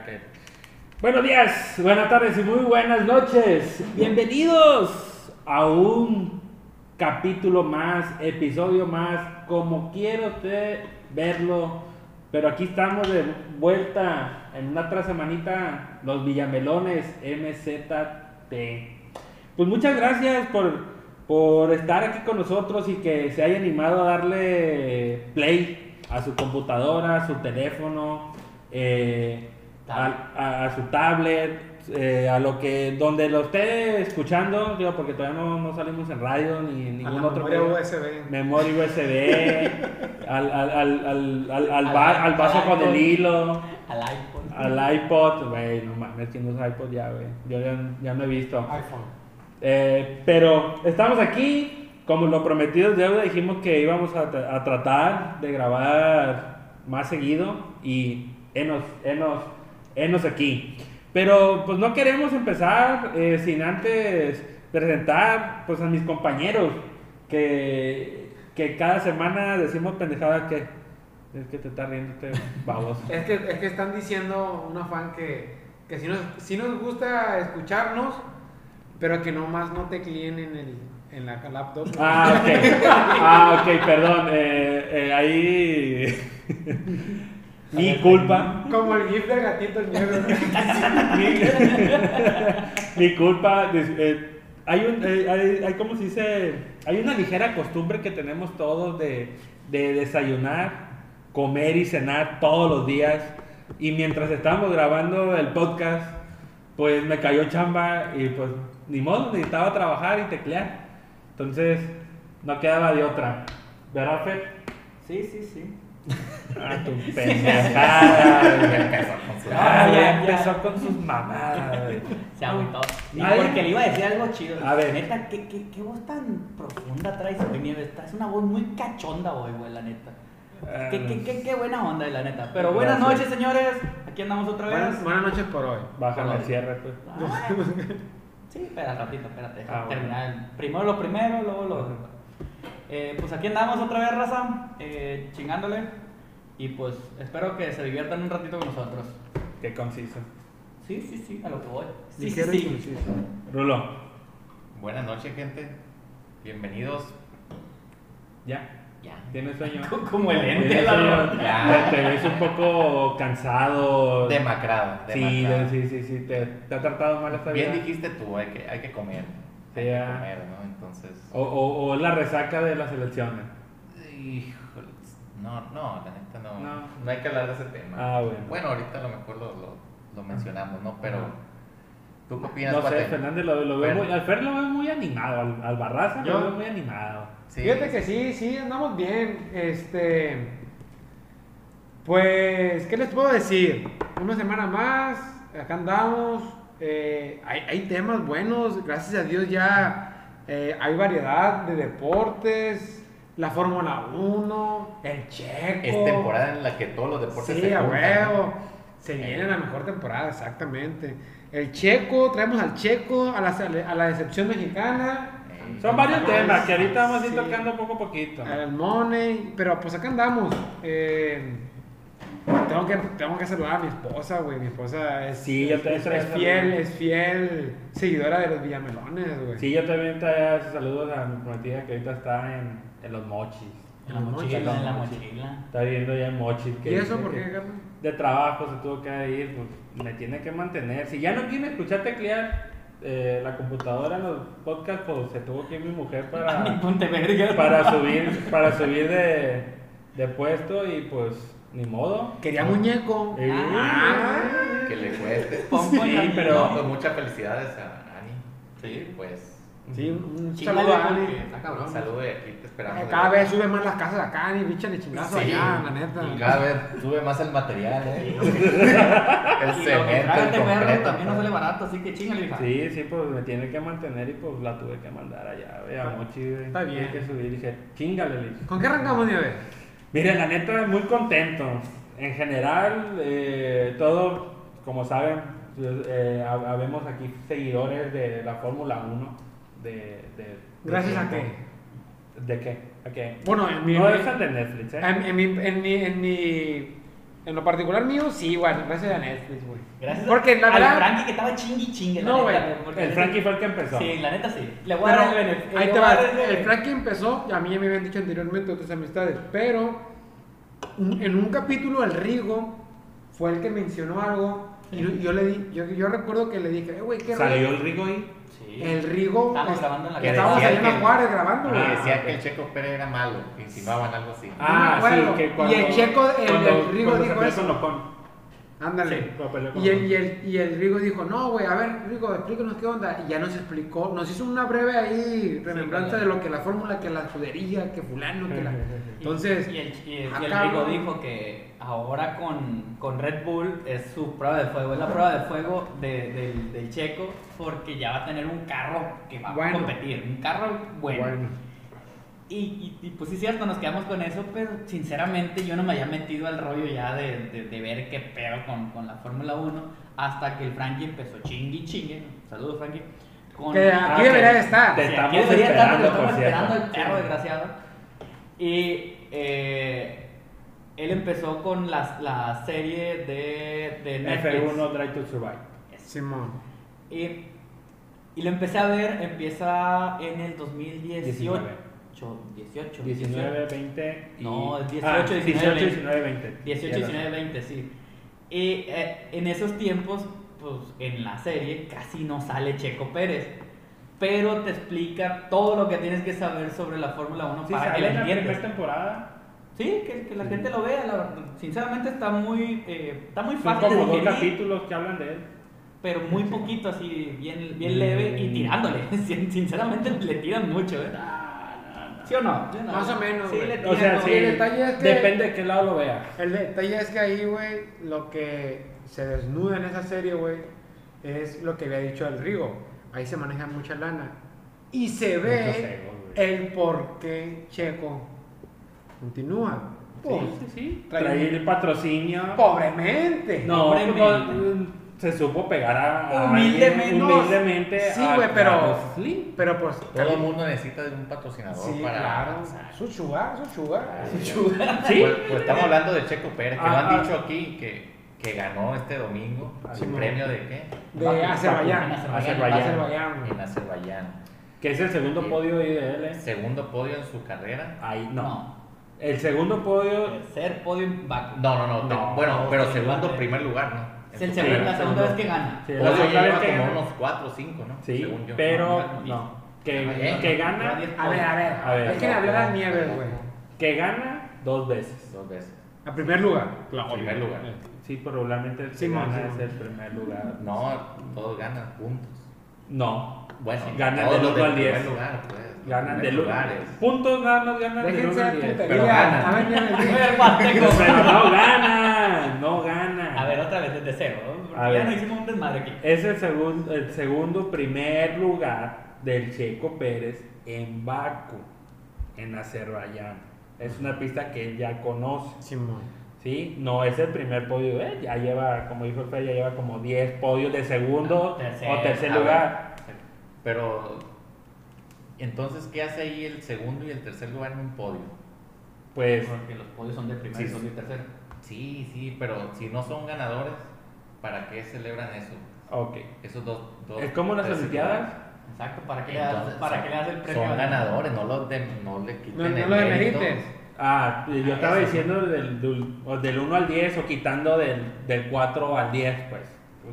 Ok. Buenos días, buenas tardes y muy buenas noches. Bienvenidos a un capítulo más, episodio más, como quiera usted verlo. Pero aquí estamos de vuelta en una otra semanita, los Villamelones MZT. Pues muchas gracias por, por estar aquí con nosotros y que se haya animado a darle play a su computadora, a su teléfono, eh, a, a- a su tablet, eh, a lo que, donde lo esté escuchando, digo, porque todavía no, no salimos en radio ni en A ningún la otro memoria medio. USB. Memoria USB, al, al, al, al, al, al, Al- va- al vaso al con el iPhone. hilo, Al iPhone. al iPod, güey, no mames, que no es iPod ya, güey, yo ya, ya no he visto. iPhone. Eh, pero estamos aquí, como lo prometido es deuda, dijimos que íbamos a, tra- a tratar de grabar más seguido y enos, enos, enos aquí. Pero pues no queremos empezar eh, sin antes presentar pues a mis compañeros que, que cada semana decimos pendejada que es que te está riendo este baboso. Es que, es que están diciendo una fan que, que sí, nos, sí nos gusta escucharnos, pero que nomás no tecleen en, el, en la laptop. Ah, ok. Ah, ok, perdón. Eh, eh, ahí. Mi culpa. Como el gif del gatito el miedo. Mi, mi culpa. Dis- eh, hay un. eh, hay, hay como se dice. Hay una ligera costumbre que tenemos todos de, de desayunar, comer y cenar todos los días. Y mientras estábamos grabando el podcast, pues me cayó chamba y pues ni modo, necesitaba trabajar y teclear. Entonces, no quedaba de otra. ¿Verdad, Fer? Sí, sí, sí. Ah, tu pendejada. güey. Ah, ya No, ya, ya. empezó con sus mamadas. güey. Se agüitó. Y Ay. porque le iba a decir algo chido. Ah, A ver. Neta, ¿qué, qué, qué voz tan profunda traes hoy, Nieves? Traes una voz muy cachonda hoy, güey, la neta. Ah, Qué, qué, qué, qué buena onda, la neta. Pero Gracias. buenas noches, señores. Aquí andamos otra vez. Buenas, buenas noches por hoy. Bájame el cierre, pues. Ah, Sí, espera ratito, espérate. deja Ah, bueno. terminar el- Primero lo primero, luego lo. Ajá. Eh, pues aquí andamos otra vez, raza, eh, chingándole. Y pues espero que se diviertan un ratito con nosotros. Qué conciso. Sí, sí, sí, a lo que voy. Sí, sí, Ligero y sí. conciso. Rulo, Buenas noches, gente. Bienvenidos. ya. Ya. ¿Tienes sueño? Como el ente, ¿Tienes la sueño? verdad. Ya. Te, te ves un poco cansado. Demacrado. Sí, demacrado. de- sí, sí, sí. Te, te ha tratado mal esta Bien vida. dijiste tú, hay que, hay que comer. Hay Ya. que comer, ¿no? Entonces. O, o, o es la resaca de las elecciones. Híjole. No, no, la neta no. No. No, hay que hablar de ese tema. Ah, bueno. Bueno, ahorita a lo mejor lo, lo, lo mencionamos, ¿no? Pero. Ajá. ¿Tú qué opinas, No sé, cuate? Fernández lo, lo veo Bueno. muy, al Fer lo veo muy animado, al, al Barraza Yo- lo veo muy animado. Sí. Fíjate que sí, sí, andamos bien. Este. Pues, ¿qué les puedo decir? Una semana más, acá andamos. eh, hay, hay temas buenos, gracias a Dios ya eh, hay variedad de deportes, la Fórmula 1, el Checo. Es temporada en la que todos los deportes Sí, a juntan, huevo. ¿no? Se Eh. viene la mejor temporada, exactamente. El Checo, traemos al Checo, a la, a la decepción mexicana. Eh, Son varios Ah, temas que ahorita vamos a ir sí. tocando poco a poquito. al Money, pero pues acá andamos. Eh, tengo, que, tengo que saludar a mi esposa, güey. Mi esposa es, Sí, yo te- es, yo te- es fiel, es fiel seguidora de los Villamelones, güey. Sí, yo también traía sus saludos a mi prometida que ahorita está en, en los mochis. En la En la mochila, en la mochila. mochila. Está viviendo ya en mochis. que ¿Y eso dice por que qué, Carlos? De trabajo se tuvo que ir, pues me tiene que mantener. Si ya no quiere escuchar teclear eh, la computadora en los podcasts, pues se tuvo que ir mi mujer A mí, para, ponte verga. para subir, para subir de, de puesto y pues ni modo. Quería muñeco. Eh, Ah. Que le cueste. Pongo Sí, la- pero. pues, muchas felicidades a Ani. Sí, pues. Sí, un Chingale, saludo a Ani. Ani. Está cabrón. Saludos de aquí, te esperamos. Eh, de Cada verdad. vez sube más las casas acá, ni bicha ni chingazo Sí. allá, la Y neta. cada vez sube más el material, ¿eh? Y lo el que cemento, traga el este perro concreto. también no sale barato, así que chingale, hija. Sí, sí, pues me tiene que mantener y pues la tuve que mandar allá, güey, a Está- Mochi, güey. está bien. Tuve que subir y dije, chingale, le dije. ¿Con qué arrancamos, Nieves? Mire, la neta, muy contento. En general, eh, todo, como saben, eh, hab- habemos aquí seguidores de la Fórmula 1. De, de- de Gracias a tiempo. qué. ¿De qué? ¿A qué? Bueno, en mi, Ah, no en, es de Netflix, ¿eh? en mi, en mi, en mi En lo particular mío, sí, güey. Gracias a Netflix, güey. Gracias Porque la al verdad- Frankie que estaba chingui chingue. la No, neta, güey, porque El la Frankie neta- fue el que empezó. Sí, la neta sí. Le voy a Pero, dar el beneficio. ahí te va. El Frankie empezó, y a mí ya me habían dicho anteriormente otras amistades, pero un- en un capítulo el Rigo fue el que mencionó algo y yo, yo le di, yo, yo recuerdo que le dije, eh, güey, qué Salió rollo?". el Rigo ahí. Sí. El Rigo. Estábamos grabando en la que calle. Estábamos Decía ahí en la que- Juárez grabando, Que güey. decía ok. que el Checo Pérez era malo, que insinuaban algo así. Ah, me acuerdo. sí, que Y cuando. el Checo, el- el Rigo cuando se dijo peleó eso. con Ocon. Ándale. Sí, lo peleó con Y el, Ocon. y, el, y el Rigo dijo, no, güey, a ver, Rigo, explícanos qué onda. Y ya nos explicó, nos hizo una breve ahí remembranza de claro. lo que la fórmula, que la escudería, que fulano, que la... Entonces, Y, y el, y el- ah, y el cabrón. Rigo dijo que ahora con, con Red Bull es su prueba de fuego. Es la prueba de fuego de- del, del checo porque ya va a tener un carro que va Bueno. a competir. Un carro bueno. Bueno. Y, y- y, pues sí, cierto, nos quedamos con eso, pero sinceramente yo no me había metido al rollo ya de, de- de ver qué pedo con, con la Fórmula 1 hasta que el Frankie empezó chingue y chingue. Saludos, Frankie. Con, Que aquí debería de estar. Te Sí, estamos aquí debería estar, esperando, lo estamos por cierto. esperando el perro desgraciado. Y eh, él empezó con las- la, serie de, de Netflix. F1 Drive to Survive. Simón. Y, y lo empecé a ver, empieza en el 2018. 19. 18, 19, 20. y- No, es 18, Ah, 19, 18, 19, 20. 18, 19, 20, sí. Y eh, en esos tiempos, pues en la serie casi no sale Checo Pérez. Pero te explica todo lo que tienes que saber sobre la Fórmula 1 Sí, para que sale la en la primera entiendas. temporada. Sí, que, que la Sí. gente lo vea. la verdad. sinceramente está muy, eh, está muy Son fácil de como dos digerir, capítulos que hablan de él. pero muy poquito, así, bien, bien leve Mm. y tirándole. Sin- Sinceramente le tiran mucho, ¿eh? Ah, ¿Sí o no? Sí o no. Más o menos, Sí, güey. le O sea, tiran, sí. el detalle es que- Depende de qué lado lo veas. El detalle es que ahí, güey, lo que se desnuda en esa serie, güey, es lo que había dicho el Rigo. Ahí se maneja mucha lana. Y se ve Mucho cego, güey. el por qué Checo continúa. Pues, Sí, sí, sí. trae- Traer el patrocinio. Pobremente. No, Hombre, no, me- mm, se supo pegar a, a Humildemente, alguien, no, humildemente sí, a güey, pero- Carlos Slim. Pero pues. Todo el mundo necesita de un patrocinador Sí, para claro. avanzar. Su chugar, su chugar. Ay, Sí. Pues, pues estamos hablando de Checo Pérez, que lo Ah, ah. han dicho aquí, que, que ganó este domingo Sí, el mo. premio de qué? De Baku, Azerbaiyán. Baku, Azerbaiyán. Azerbaiyán. Azerbaiyán, güey. En Azerbaiyán. Que es el segundo Sí. podio ahí de él. ¿eh? Segundo podio en su carrera. Ahí, no. No, El segundo podio. tercer podio en Bakú. No, no, no. te- No, bueno, Ah. no, pero sí, segundo, vale. primer lugar, ¿no? Es el En segundo- su Sí, carrera. la segunda segundo. vez que gana. Sí, la Podio segunda vez lleva que como gana. unos 4 o 5, ¿no? Sí, Según yo. pero no. Que, Eh, que no, gana, diez. A ver, a ver. A ver, Hay que no, hablar a no. Nieves, güey. que gana dos veces. Dos veces. A primer lugar. Ah, En primer lugar. Sí, pero regularmente el que Sí, gana sí, es sí. el primer lugar. No, todos ganan puntos. No, Bueno, Ganan todos del los uno al primer diez. lugar, pues. ganan de del lugar. Puntos nada más ganan del Déjense uno al de diez. pero putería. ganan. A ver, Nieves. A ver, Pateco. Pero no ganan, no ganan. A ver, otra vez desde cero. ¿no? Porque A ya ver. no hicimos un desmadre aquí. Es el segundo, el segundo primer lugar del Checo Pérez en Baku, en Azerbaiyán. Es una pista que él ya conoce, Simón. ¿sí? No es el primer podio de él, ya lleva, como dijo el Fede, ya lleva como 10 podios de segundo Ah, tercer, o tercer a ver. lugar. Pero, entonces, ¿qué hace ahí el segundo y el tercer lugar en un podio? Pues, Porque los podios son de primero Sí, y son de sí. tercero. Sí, sí, pero si no son ganadores, ¿para qué celebran eso? ok. Esos dos. dos Es como las tres Olimpiadas. Exacto, ¿para qué le das, Entonces, para son- qué le das el premio? Son al- ganadores, no, los de- no le quiten No, el no lo mérito. demerites. Ah, yo Ah, estaba eso. diciendo del, del, o del 1 al 10 o quitando del, del 4 al 10, pues.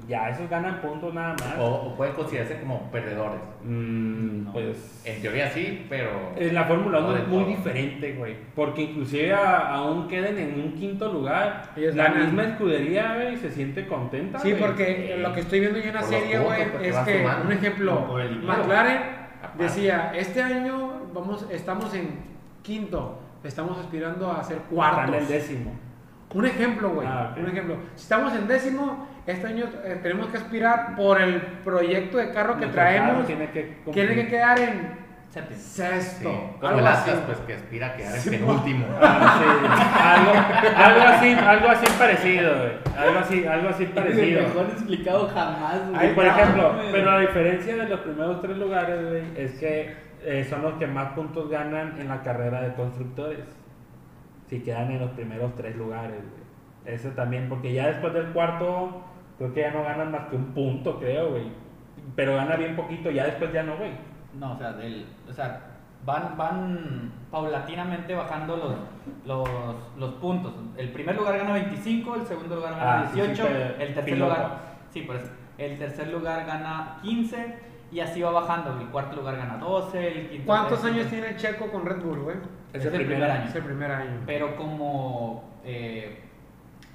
Ya, esos ganan puntos nada más. O, o pueden considerarse como perdedores. Mm, No. Pues... En teoría sí, pero. En la Fórmula 1 No, es de muy todo. diferente, güey. Porque inclusive a- aún queden en un quinto lugar. Ellos la ganan. misma escudería, güey, se siente contenta. Sí, güey. porque lo que estoy viendo yo en la Por los serie, puntos, güey, porque es va que, sumando. un ejemplo, Por el dinero. McLaren Aparte. decía, este año vamos, estamos en quinto, estamos aspirando a ser Están en cuartos. décimo. Un ejemplo, güey, Ah, ok. un ejemplo. Si estamos en décimo, este año eh, tenemos que aspirar por el proyecto de carro que Nuestro traemos, carro Tiene que, tiene que quedar en Séptimo. Sí, sexto. como algo el así. Atlas, pues que aspira a quedar Sí, en mo- penúltimo. Ah, sí. algo, algo así, algo así parecido, güey. Algo así, algo así parecido. mejor explicado jamás, Y, güey. por No, ejemplo, güey. pero la diferencia de los primeros tres lugares, güey, es que eh, son los que más puntos ganan en la carrera de constructores. Si quedan en los primeros tres lugares, güey. Eso también, porque ya después del cuarto, creo que ya no ganan más que un punto, creo, güey. Pero gana bien poquito, ya después ya no, güey. No, o sea, del, o sea van, van paulatinamente bajando los, los, los puntos. El primer lugar gana 25, el segundo lugar gana Ah, sí, 18, sí, pero el tercer piloto. lugar. Sí, por eso. El tercer lugar gana 15 y así va bajando. El cuarto lugar gana 12, el quinto ¿Cuántos lugar- años tiene Checo con Red Bull, güey? Es el primer año. Es el primer año. Pero como eh,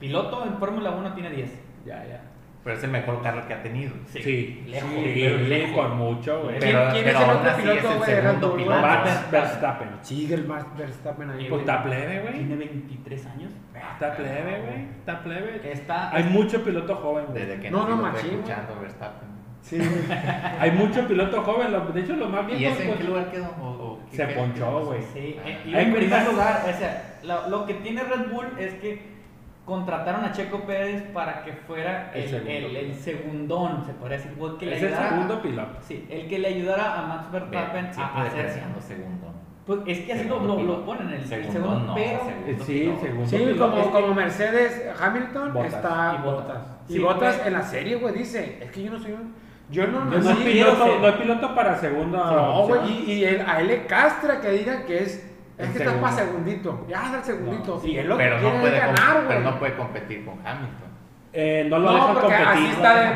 piloto en Fórmula 1 tiene 10. Ya, ya. Pero es el mejor carro que ha tenido. Sí, lejos, sí, pero lejos. lejos. por mucho, güey. ¿Quién- Pero, quién es pero el aún otro así piloto, es el güey, de Red segundo Bull, piloto. güey? Max Verstappen. Sigue el Max Verstappen ahí. Pues güey. está plebe, güey. Tiene 23 años. Está plebe, güey. Está plebe. Está, Hay mucho piloto joven, güey. Desde que No, nací no, lo estoy machín, güey. escuchando Verstappen. Sí, güey. Hay mucho piloto joven. lo- De hecho, los más ¿Y viejos. ese en pues, qué lugar quedó? ¿O- o qué- Se qué- ponchó, qué- güey. Sí, eh, Ah. iba Hay en primer muchas- lugar. O sea, lo, lo que tiene Red Bull es que contrataron a Checo Pérez para que fuera El el, segundo. el- el segundón, se podría decir. o que le Es el ayudara- segundo piloto. Sí, el que le ayudara a Max Ve, Verstappen siempre a hacer. despreciando segundo. Pues es que así lo, lo, lo ponen, el, el segundo, no, pero. segundo Eh, Sí, piloto. segundo eh, Sí, piloto. como, como Mercedes Hamilton Bottas. está Y Bottas. Botas. Y Sí, Botas güey. en la serie, güey, dice, es que yo no soy un... Yo no No es nací... quiero piloto, ser. no es piloto para segunda. No, opción. Ah, güey, y, y él- a él le castra que diga que es... Es El que está segundo. para segundito. Ya, da el segundito. No, sí, él lo pero, que no quiere puede es com- ganar, güey. pero no puede competir con Hamilton. Eh, no lo No, dejan porque competir. así está de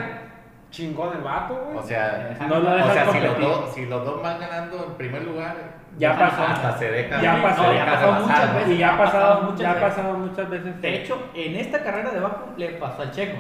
chingón el vato, güey. O sea, Ajá. No lo o dejan sea si, competir. los dos, si los dos van ganando en primer lugar, Ya pasó. hasta se dejan Ya se pasó, dejan ya pasó rebasar, muchas ¿no? veces. Y ya ha Ha pasado pasado, muchas ya ha veces. pasado muchas veces. De hecho, en esta carrera de Baku le pasó al Checo.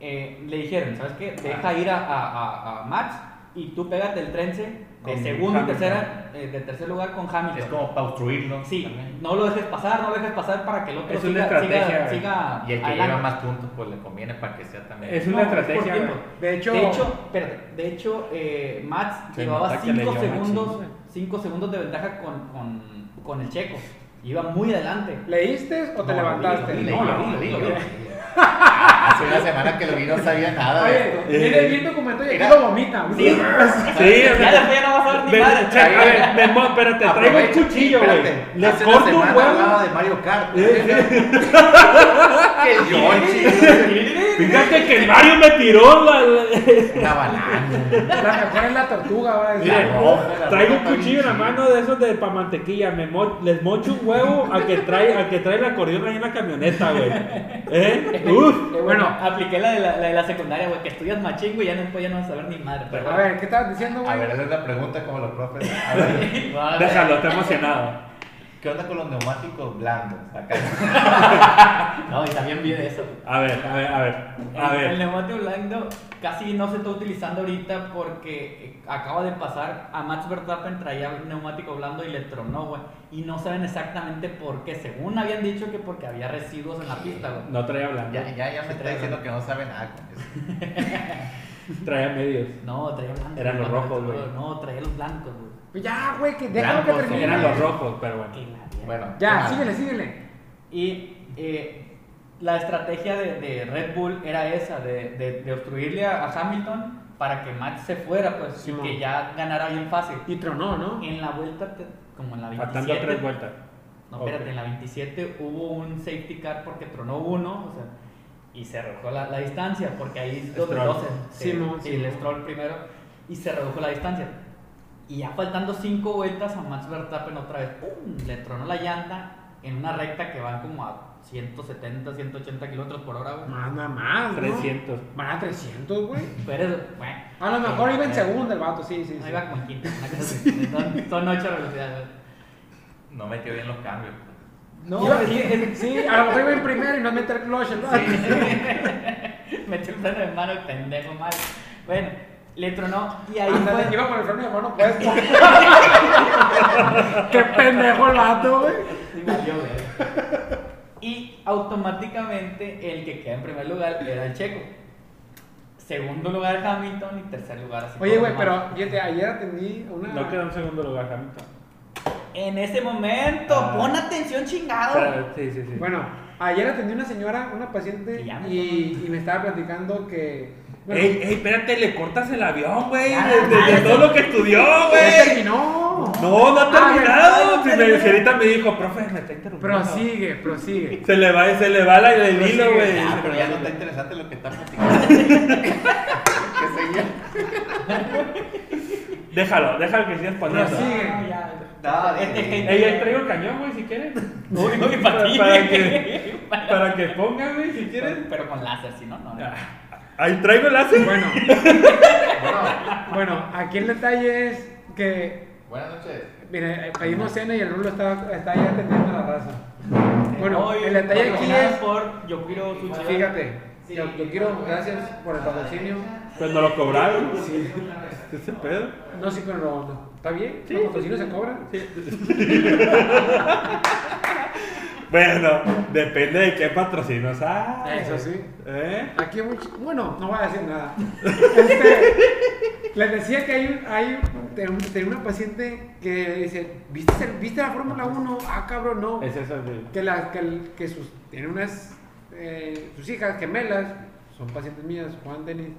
Eh, le dijeron, ¿sabes qué? Deja ir a, a- a- a Max y tú pégate el trence de Con segundo y Hamilton. tercera, eh, de tercer lugar con Hamilton. Es como para obstruirlo. Sí, también. no lo dejes pasar, no lo dejes pasar para que el otro Es una siga, estrategia, siga- güey. siga Y el que adelante. lleva más puntos, pues le conviene para que sea también. Es No, una es por estrategia, tiempo. güey. De hecho, De hecho, espérate, de hecho eh, Max Se llevaba nota que le 5 dio segundos, machín, güey. cinco segundos de ventaja con, con- con el Checo. Iba muy adelante. ¿leíste o te No, levantaste? lo vi, No, lo lo vi, vi, lo vi, lo lo vi. vi. Ah, Hace una semana que lo vi, no sabía nada. de Oye, esto. viene bien documentado y aquí lo vomita. güey. Sí. Sí, o ya sea, después ya no vas a ver ni Ven, madre. che- a ver, ven, mo- espérate, traigo un Aprovecha- cuchillo, sí, güey. espérate. Les Hace una corto un semana huevo. Eh. hablaba de Mario Kart. Que yo, Fíjate que el Mario me tiró la. la- Una banana. La mejor es la tortuga, va a decir. Mire, La roja, la traigo un roja, cuchillo en la sí. mano de esos de pa' mantequilla. me mo- les mocho un huevo al que trae, al que trae el acordeón ahí en la camioneta, güey. ¿Eh? Uf. Eh, Bueno. bueno, apliqué la de la, la de la secundaria, güey, que estudias machín, güey, ya después ya no vas a ver ni madre. Pero, A ver, ¿qué estabas diciendo, A güey? ver, esa es la pregunta como los profes. A ver, Vale. Déjalo, está emocionado. ¿qué onda con los neumáticos blandos? Acá. No, y también vi de eso. A ver, a ver, a ver. A El- El ver. neumático blando casi no se está utilizando ahorita porque eh, acaba de pasar a Max Verstappen traía un neumático blando y le tronó, güey. Y no saben exactamente por qué. Según habían dicho que porque había residuos en la pista, güey. No traía blanco, Ya, ya, ya me está diciendo que no sabe nada con eso. traía medios. No, traía blancos. Eran los güey, rojos, güey. No, traía los blancos, güey. Pues ya, güey, que déjalo que Blancos, termine. Eran los rojos, pero bueno. Que la verga. Bueno, ¿qué Ya, más? síguele, síguele. Y eh, la estrategia de, de Red Bull era esa, de, de- de obstruirle a, a Hamilton para que Max se fuera, pues, y Simón. que ya ganara bien fácil. Y tronó, ¿no? En la vuelta, te- como en la Faltando 27, tres vueltas. no, espérate, Ok. en la 27 hubo un safety car porque tronó uno, o sea, y se redujo la, la distancia, porque ahí es donde Stroll. dos, se- Simón, sí, el Simón. Stroll primero, y se redujo la distancia. Y ya faltando cinco vueltas a Max Verstappen otra vez, ¡pum! le tronó la llanta en una recta que van como a 170, 180 kilómetros por hora, güey. Más, nada más, Ah, ¿no? 300. Más a 300, güey. Pero, es- bueno, A lo mejor iba en eh, segundo el vato, sí, sí, sí. Ahí va como en quinta, una cosa así. son, son ocho velocidades. güey. No metió bien los cambios. No, Iba- sí, a lo mejor iba en primero y no mete el clutch, el vato. Metió el freno de mano, pendejo mal. Bueno, le tronó y ahí Ándale, fue. Iba con el freno de mano puesto. Qué pendejo el vato, güey. Y valió, verga. Y automáticamente el que queda en primer lugar era el checo. Segundo lugar Hamilton y tercer lugar así Oye, todo güey, mal. pero fíjate, ayer atendí una. No quedó en segundo lugar, Hamilton. En ese momento, Ah. pon atención chingado. Pero, sí, sí, sí. Ah. Bueno, ayer atendí una señora, una paciente, Que ya me y, y me estaba platicando que. bueno, Ah, ey, ey, espérate, le cortas el avión, güey. Ya, De, de- de madre. todo lo que estudió, ya güey. terminó. No. No, no ha Ah, terminado. ya, Si me, si ahorita me dijo, profe, me está interrumpiendo. Prosigue, prosigue. Se le va, se le va la, el Prosigue. hilo, güey. Ah, pero ya no está interesante lo que está platicando. que seguía. Déjalo, déjalo que sigas poniendo. Prosigue. No, ya. No, Este- este- eh, Ey, ahí traigo el cañón, güey, si quieres. Uy, uy, pa' ti. Para que, para que ponga, güey, si quieres. Ah, Pero, pero con láser, si no, no. Ahí traigo el láser. Bueno, Bueno, bueno, aquí el detalle es que, buenas noches. mire, eh, pedimos cena y el Rulo está, está ahí atendiendo a la raza. Bueno, Hoy, el detalle aquí Este, patrocinado es, por Yo quiero sushi. fíjate, yo, yo quiero, gracias por el patrocinio. Pues no lo cobraron. Sí. Ese pedo. No, sí, pero no, no. ¿Está bien? ¿Los patrocinios se cobran? Bueno, depende de qué patrocinos. Ah, Eso sí. ¿Eh? Aquí hay mucho- Bueno, no voy a decir nada. Este, les decía que hay, un- hay un- tenía un- tenía una paciente que dice, ¿viste, el- ¿viste la Fórmula 1? Ah, cabrón, no. Es eso, güey. Que, la, que, el- que sus, tiene unas, eh, sus hijas gemelas, son pacientes mías, Juan Denis,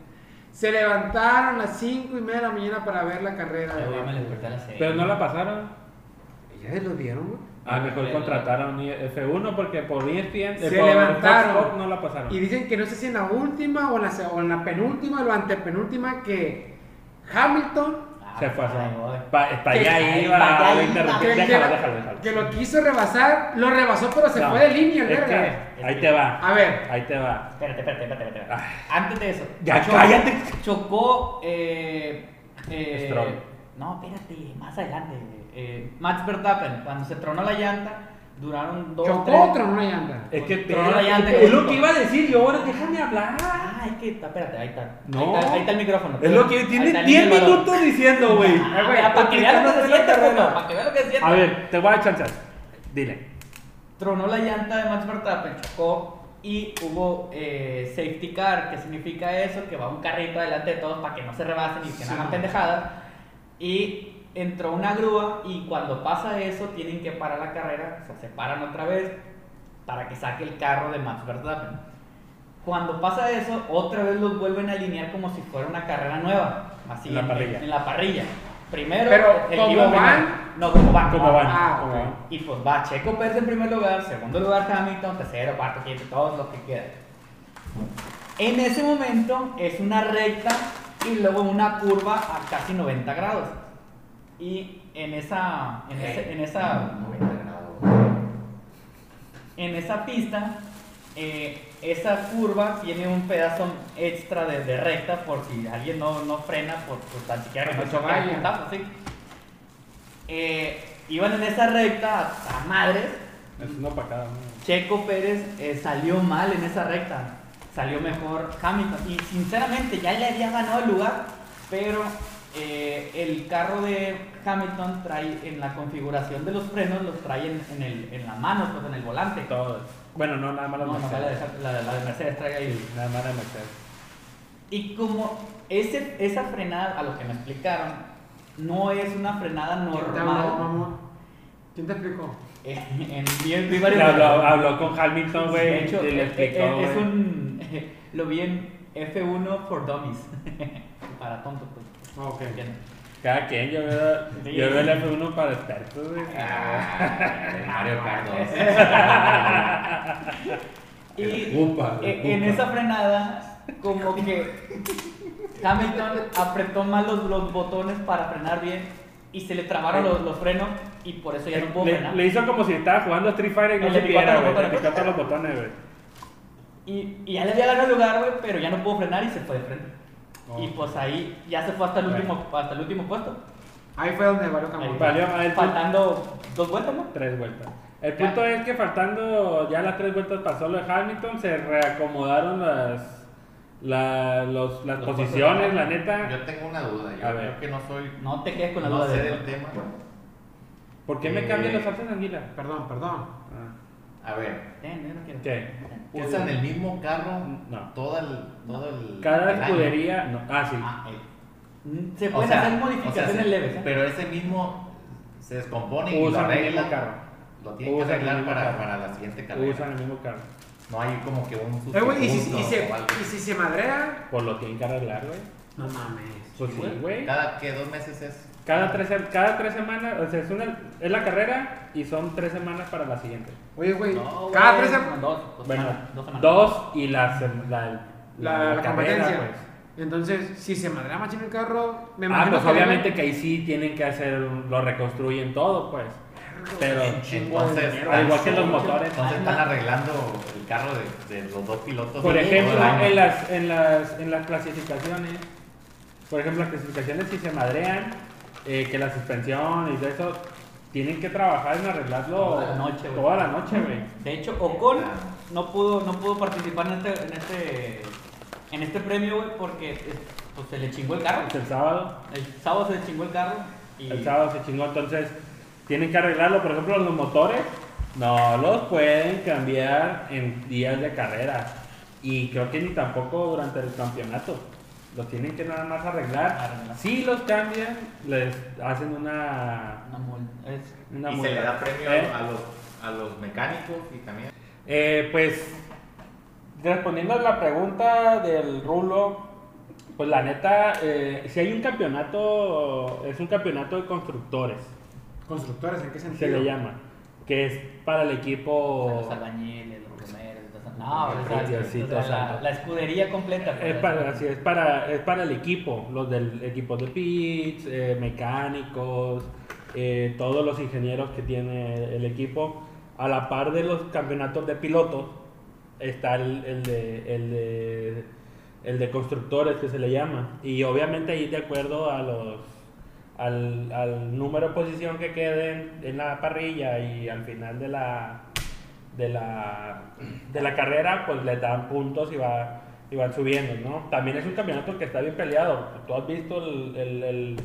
se levantaron a las 5 y media de la mañana para ver la carrera. Ay, güey, me de desperté a las seis. Pero no la pasaron. ¿Ya se lo vieron, güey? A lo Ah, mejor Pero- contrataron F1 porque por ESPN Se eh, por levantaron. Fox Sports no la pasaron. Y dicen que no sé si en la última o en la, se- o en la penúltima o la antepenúltima que Hamilton Ah, Se fue a ay, voy. para allá Que- iba. pa' allá lo iba. interrumpí. que, que Déjalo, lo- déjalo, déjalo. que lo quiso rebasar, lo rebasó pero se No, fue de línea el es verga. que Ahí te va. A ver, Ahí te va. Espérate, espérate, espérate, espérate. Antes de eso. Ah. Ya chocó- cállate. Chocó. Eh, eh, Stroll. No, espérate, más adelante. Eh, Max Verstappen, cuando se tronó la llanta, duraron dos. chocó tres- otro en una llanta. Es que Tronó la llanta. es lo que iba a decir yo ahora, déjame hablar. Ah, es que está, espérate, ahí está. No. Ahí está, ahí está el micrófono. Es lo que Ahí está tiene el 10 micrófono. minutos diciendo, güey. Ah, güey, para que vean lo que se siente, puto, para que vean lo que se siente. A ver, te voy a chanchar. Dile. Tronó la llanta de Max Verstappen, chocó y hubo eh, safety car, que significa eso, que va un carrito delante de todos para que no se rebasen y que no hagan pendejadas. Y entró una grúa y cuando pasa eso tienen que parar la carrera, o sea, se paran otra vez para que saque el carro de Max Verstappen. Cuando pasa eso, otra vez los vuelven a alinear como si fuera una carrera nueva, así En la parrilla. en la parrilla. Primero, Pero, el ¿cómo que iba van? primero. No, como van. ¿Cómo van? ah, ¿Cómo ok. van? Y pues va Checo Pérez en primer lugar, segundo lugar Hamilton, tercero, cuarto, quinto, todos los que quedan. En ese momento es una recta y luego una curva a casi 90 grados. Y en esa, en ese- en esa, 90 grados. en esa pista, eh, esa curva tiene un pedazo extra de, de recta por si alguien no, no frena, por, por tan siquiera que no Que choque vaya. el putazo, sí. Eh, iban en esa recta a- a madres Es una pacada. Checo Pérez eh, salió mal en esa recta. Salió mejor Hamilton. Y sinceramente ya le había ganado el lugar, pero eh, el carro de Hamilton trae en la configuración de los frenos, los trae en, en el, en la mano, pues en el volante. Todos. Bueno, no, nada más No, las no, la, Mercedes. de- la de- la de Mercedes trae ahí. Sí, Nada más las Mercedes. Y como ese, esa frenada, a lo que me explicaron, no es una frenada ¿Quién te habló, normal. mamón? ¿Quién te explicó? En, en, vi- vi Le varios- habló, habló con Hamilton, güey. De hecho, y le es- explicó, es- es güey. un. Lo vi en F1 for Dummies. Para tontos, pues. Ah, Ok. ¿entiendes? Cada quien, yo veo, Sí. Ah, yo veo el F1 para expertos, güey. Mario Carlos. Y El Cupa, el e- en Cupa. esa frenada, como que Hamilton apretó mal los, los botones para frenar bien y se le trabaron los, los frenos y por eso ya no puedo Le, frenar. le hizo como si estaba jugando Street Fighter y no Le se picó viera, todos güey. los Le botones. picó todos los botones, güey. Y, y ya le había ganado el lugar, güey, pero ya no pudo frenar y se fue de frente. Oh. Y pues ahí ya se fue hasta el último, hasta el último puesto. Ahí fue donde valió Camón. Valió más Ah, el punto. Faltando dos vueltas, ¿no? Tres vueltas. El punto es que faltando ya las tres vueltas pasó lo de Hamilton, se reacomodaron las, la- los- las Los posiciones, cuatro. la neta. Yo tengo una duda. Yo A creo ver. que no soy. No te quedes con la no duda sé de del tema. ¿Por qué me Eh. cambian los saltos de anguila? Perdón, perdón. Ah, A ver, Ten, yo no quiero. ¿Qué? Ten. ¿usan el mismo carro No. todo el. Todo el Cada el año? escudería. No. Ah, sí. Ah, eh. Se O pueden sea, hacer o sea, modificaciones se- leves. ¿eh? Pero ese mismo se Ah, descompone y lo usan el mismo arreglan. carro. Lo tienen que Usan el arreglar mismo para, carro. para la siguiente carrera. Usan el mismo carro. No hay como que un Eh, güey, ¿y, si, sustituto y, se, o algo. ¿Y si se madrea? Pues lo tienen que arreglar, güey. No mames. Pues sí, güey. Cada que dos meses es. Cada tres, se- cada tres semanas, o sea, es, una, es la carrera y son tres semanas para la siguiente. Oye, güey, No, cada güey, tres em- semanas. no, Dos, dos Bueno, semanas. Dos semanas. dos y la, sem- la, La, la la carrera, competencia. pues. Entonces, si se madrea machín el carro, me Ah, imagino pues que- obviamente que ahí sí tienen que hacer, un- lo reconstruyen todo, pues. Pero Entonces, al igual que los motores. Entonces están arreglando el carro de, de los dos pilotos. Por de todo el ejemplo, año. en las, en las, en las clasificaciones, por ejemplo, las clasificaciones si se madrean, eh, que la suspensión y todo eso, tienen que trabajar en arreglarlo Toda la noche, güey. toda la noche, güey. De hecho, Ocon no pudo, no pudo participar en este, en este, en este premio, güey, porque eh, pues, se le chingó el carro. Pues El sábado, El sábado se le chingó el carro. Y el sábado se chingó, entonces tienen que arreglarlo. Por ejemplo, los motores no los pueden cambiar en días de carrera y creo que ni tampoco durante el campeonato. Los tienen que nada más arreglar. Arreglar. Si los cambian, les hacen una Una mul- es- Una y se multa. le da premio ¿Eh? a, los, a los mecánicos y también. Eh, pues, respondiendo a la pregunta del Rulo, pues la neta, eh, si hay un campeonato, es un campeonato de constructores, Constructores, ¿en qué sentido? se le llama, que es para el equipo... los albañiles, los romeros, los- no, Los o sea, diositos o sea, la, santos. la escudería completa. pues, Es para, así es, para, es para el equipo, los del equipo de pits, eh, mecánicos, eh, todos los ingenieros que tiene el equipo. A la par de los campeonatos de pilotos, está el, el de, el, de, el de constructores que se le llama. Y obviamente ahí de acuerdo a los, al, al número de posición que queden en la parrilla y al final de la, de la, de la carrera, pues les dan puntos y, va, y van subiendo, ¿no? También es un campeonato que está bien peleado. Tú has visto el, el- el-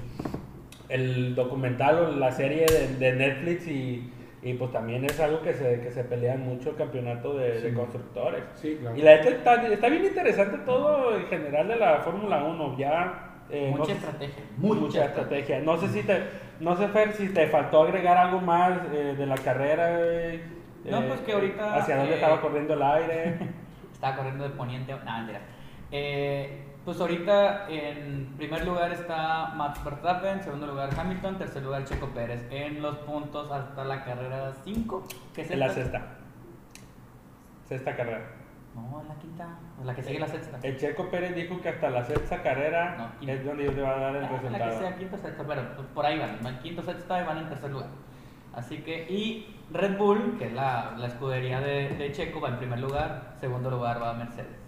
el documental o la serie de, de Netflix y, y, pues también es algo que se, que se pelean mucho el campeonato de, de Sí. constructores. Sí, claro. Y la neta está, está bien interesante todo en general de la Fórmula 1, ya... eh, no mucha sé- estrategia. mucha, estrategia. No sé si te, no sé Fer, si te faltó agregar algo más eh, de la carrera. güey. Eh, No, pues, que ahorita, Hacia dónde eh, estaba corriendo el aire. Estaba corriendo de poniente. No, mentira. Eh, pues ahorita en primer lugar está Max Verstappen, en segundo lugar Hamilton, tercer lugar Checo Pérez. En los puntos hasta la carrera 5, que es en la esta. sexta. Sexta carrera. No, es la quinta. Es la que sigue la sexta. El Checo Pérez dijo que hasta la sexta carrera No, quinta. es donde yo te va a dar el Ah, La que resultado. sea quinto sexto, pero pues, por ahí van. van Quinto sexto y van en tercer lugar. Así que, y Red Bull, que es la, la escudería de, de Checo, va en primer lugar. Segundo lugar va Mercedes.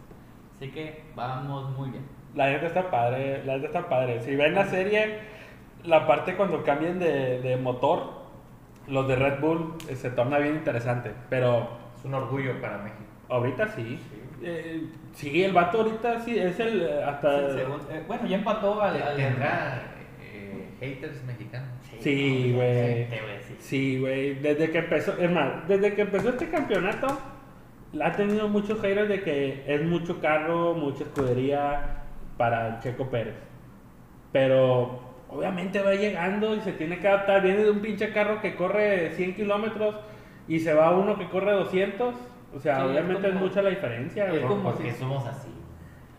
Así que vamos muy bien. La neta está padre, la neta está padre. Si ven la serie, la parte cuando cambian de, de motor, los de Red Bull eh, se torna bien interesante. Pero Es un orgullo para México. Ahorita sí. Eh, sí, el vato ahorita sí, es el eh, hasta... Sí, según- eh, bueno, ya empató al. al- Tendrá eh, haters mexicanos. Sí, no, güey. te voy a decir. Sí, güey, desde que empezó, es más, desde que empezó este campeonato, ha tenido muchos haters de que es mucho carro, mucha escudería para Checo Pérez. Pero obviamente va llegando y se tiene que adaptar. Viene de un pinche carro que corre 100 kilómetros y se va a uno que corre 200. O sea, Sí, es obviamente es, como- mucha la diferencia, es güey. como- Porque sí. somos así.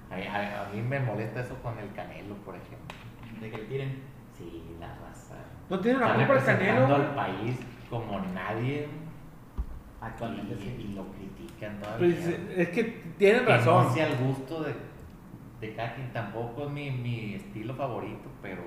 A, a- a mí me molesta eso con el canelo, por ejemplo. De que le tiren. Sí, la raza. No tiene la Está culpa el canelo. representando güey. al país como nadie. Actualmente y, sí. y lo critican todavía. Pues, es que tienen Que razón. No sea al gusto de, de cada quien, tampoco es mi, mi estilo favorito, pero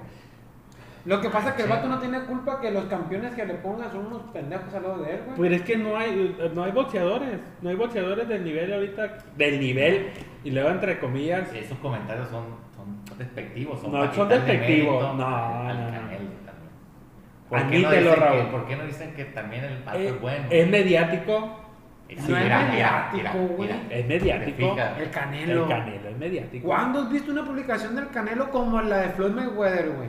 Lo que pasa es que el Sí. vato no tiene culpa que los campeones que le pongan son unos pendejos al lado de él, Pero güey. Pues es que no hay, no hay boxeadores, no hay boxeadores del nivel ahorita, del nivel, y luego entre comillas, esos comentarios son, son despectivos. Son No, para son quitarle despectivos, mérito no, al- al no, no. Canelo también. ¿Por qué no Admítelo, dicen que- Raúl. ¿Por qué no dicen que también el pato eh, es bueno? es mediático, Sí, No es mira, mira, mediático, mira, güey. mira. es mediático, Te fijas. El canelo. el Canelo es mediático. ¿Cuándo has visto una publicación del canelo como la de Floyd Mayweather, güey?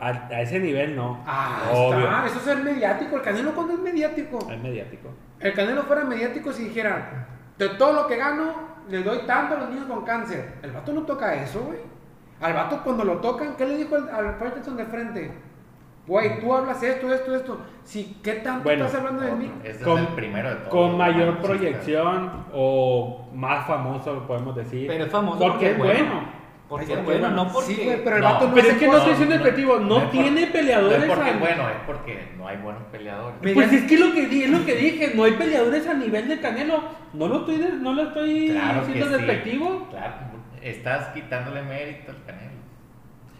A, a ese nivel no, Ah, obvio, está. Eso es ser mediático. El canelo, ¿cuándo es mediático? es mediático. El canelo fuera mediático si dijera, de todo lo que gano, le doy tanto a los niños con cáncer. El vato no toca eso, güey. Al vato cuando lo tocan, ¿qué le dijo al- al Ferguson de frente? Güey, tú hablas esto, esto, esto. Si, ¿qué tanto Bueno, eh, estás hablando de mí? Otro. Este Con- es el primero de todos. Con mayor Machista. proyección o más famoso, podemos decir. Pero es famoso Porque es porque es bueno. Porque Porque, bueno, bueno, no porque. Sí, güey, pero el No, vato no Pero se es que no estoy cuadra. siendo no, objetivo, no, no es por- tiene No peleadores. es porque, a- bueno, es porque no hay buenos peleadores. Me- Pues es que lo que, di- es lo que dije, no hay peleadores a nivel de Canelo. No lo estoy, de- no lo estoy Claro que siendo sí. despectivo. Claro, estás quitándole mérito al Canelo.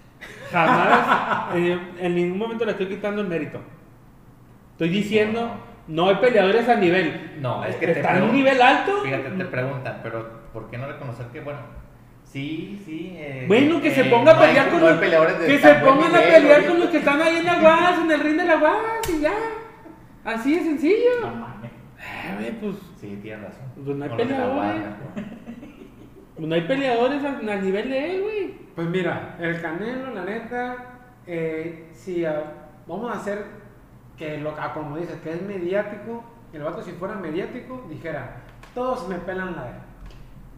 Jamás, eh, en ningún momento le estoy quitando el mérito. Estoy diciendo, no hay peleadores a nivel. No, es que te ¿Están en un pregun- nivel alto? Fíjate, te preguntan, pero ¿por qué no reconocer que, bueno, sí, sí. eh, Bueno, que se eh, ponga a no hay- pelear con no hay los peleadores de que se tan buen pongan a nivel pelear ahorita. con los que están ahí en la UAS, en el ring de la UAS y ya. Así de sencillo. No mames. Eh, Ah, güey, pues Sí, tienes razón. Pues no hay Con los de la peleadores. Guardia, ¿no? pues no hay peleadores a, a nivel de él, güey. Pues mira, el Canelo, la neta, eh, si ah, vamos a hacer que lo ah, como dices, que es mediático, el vato si fuera mediático, dijera, todos me pelan la verga.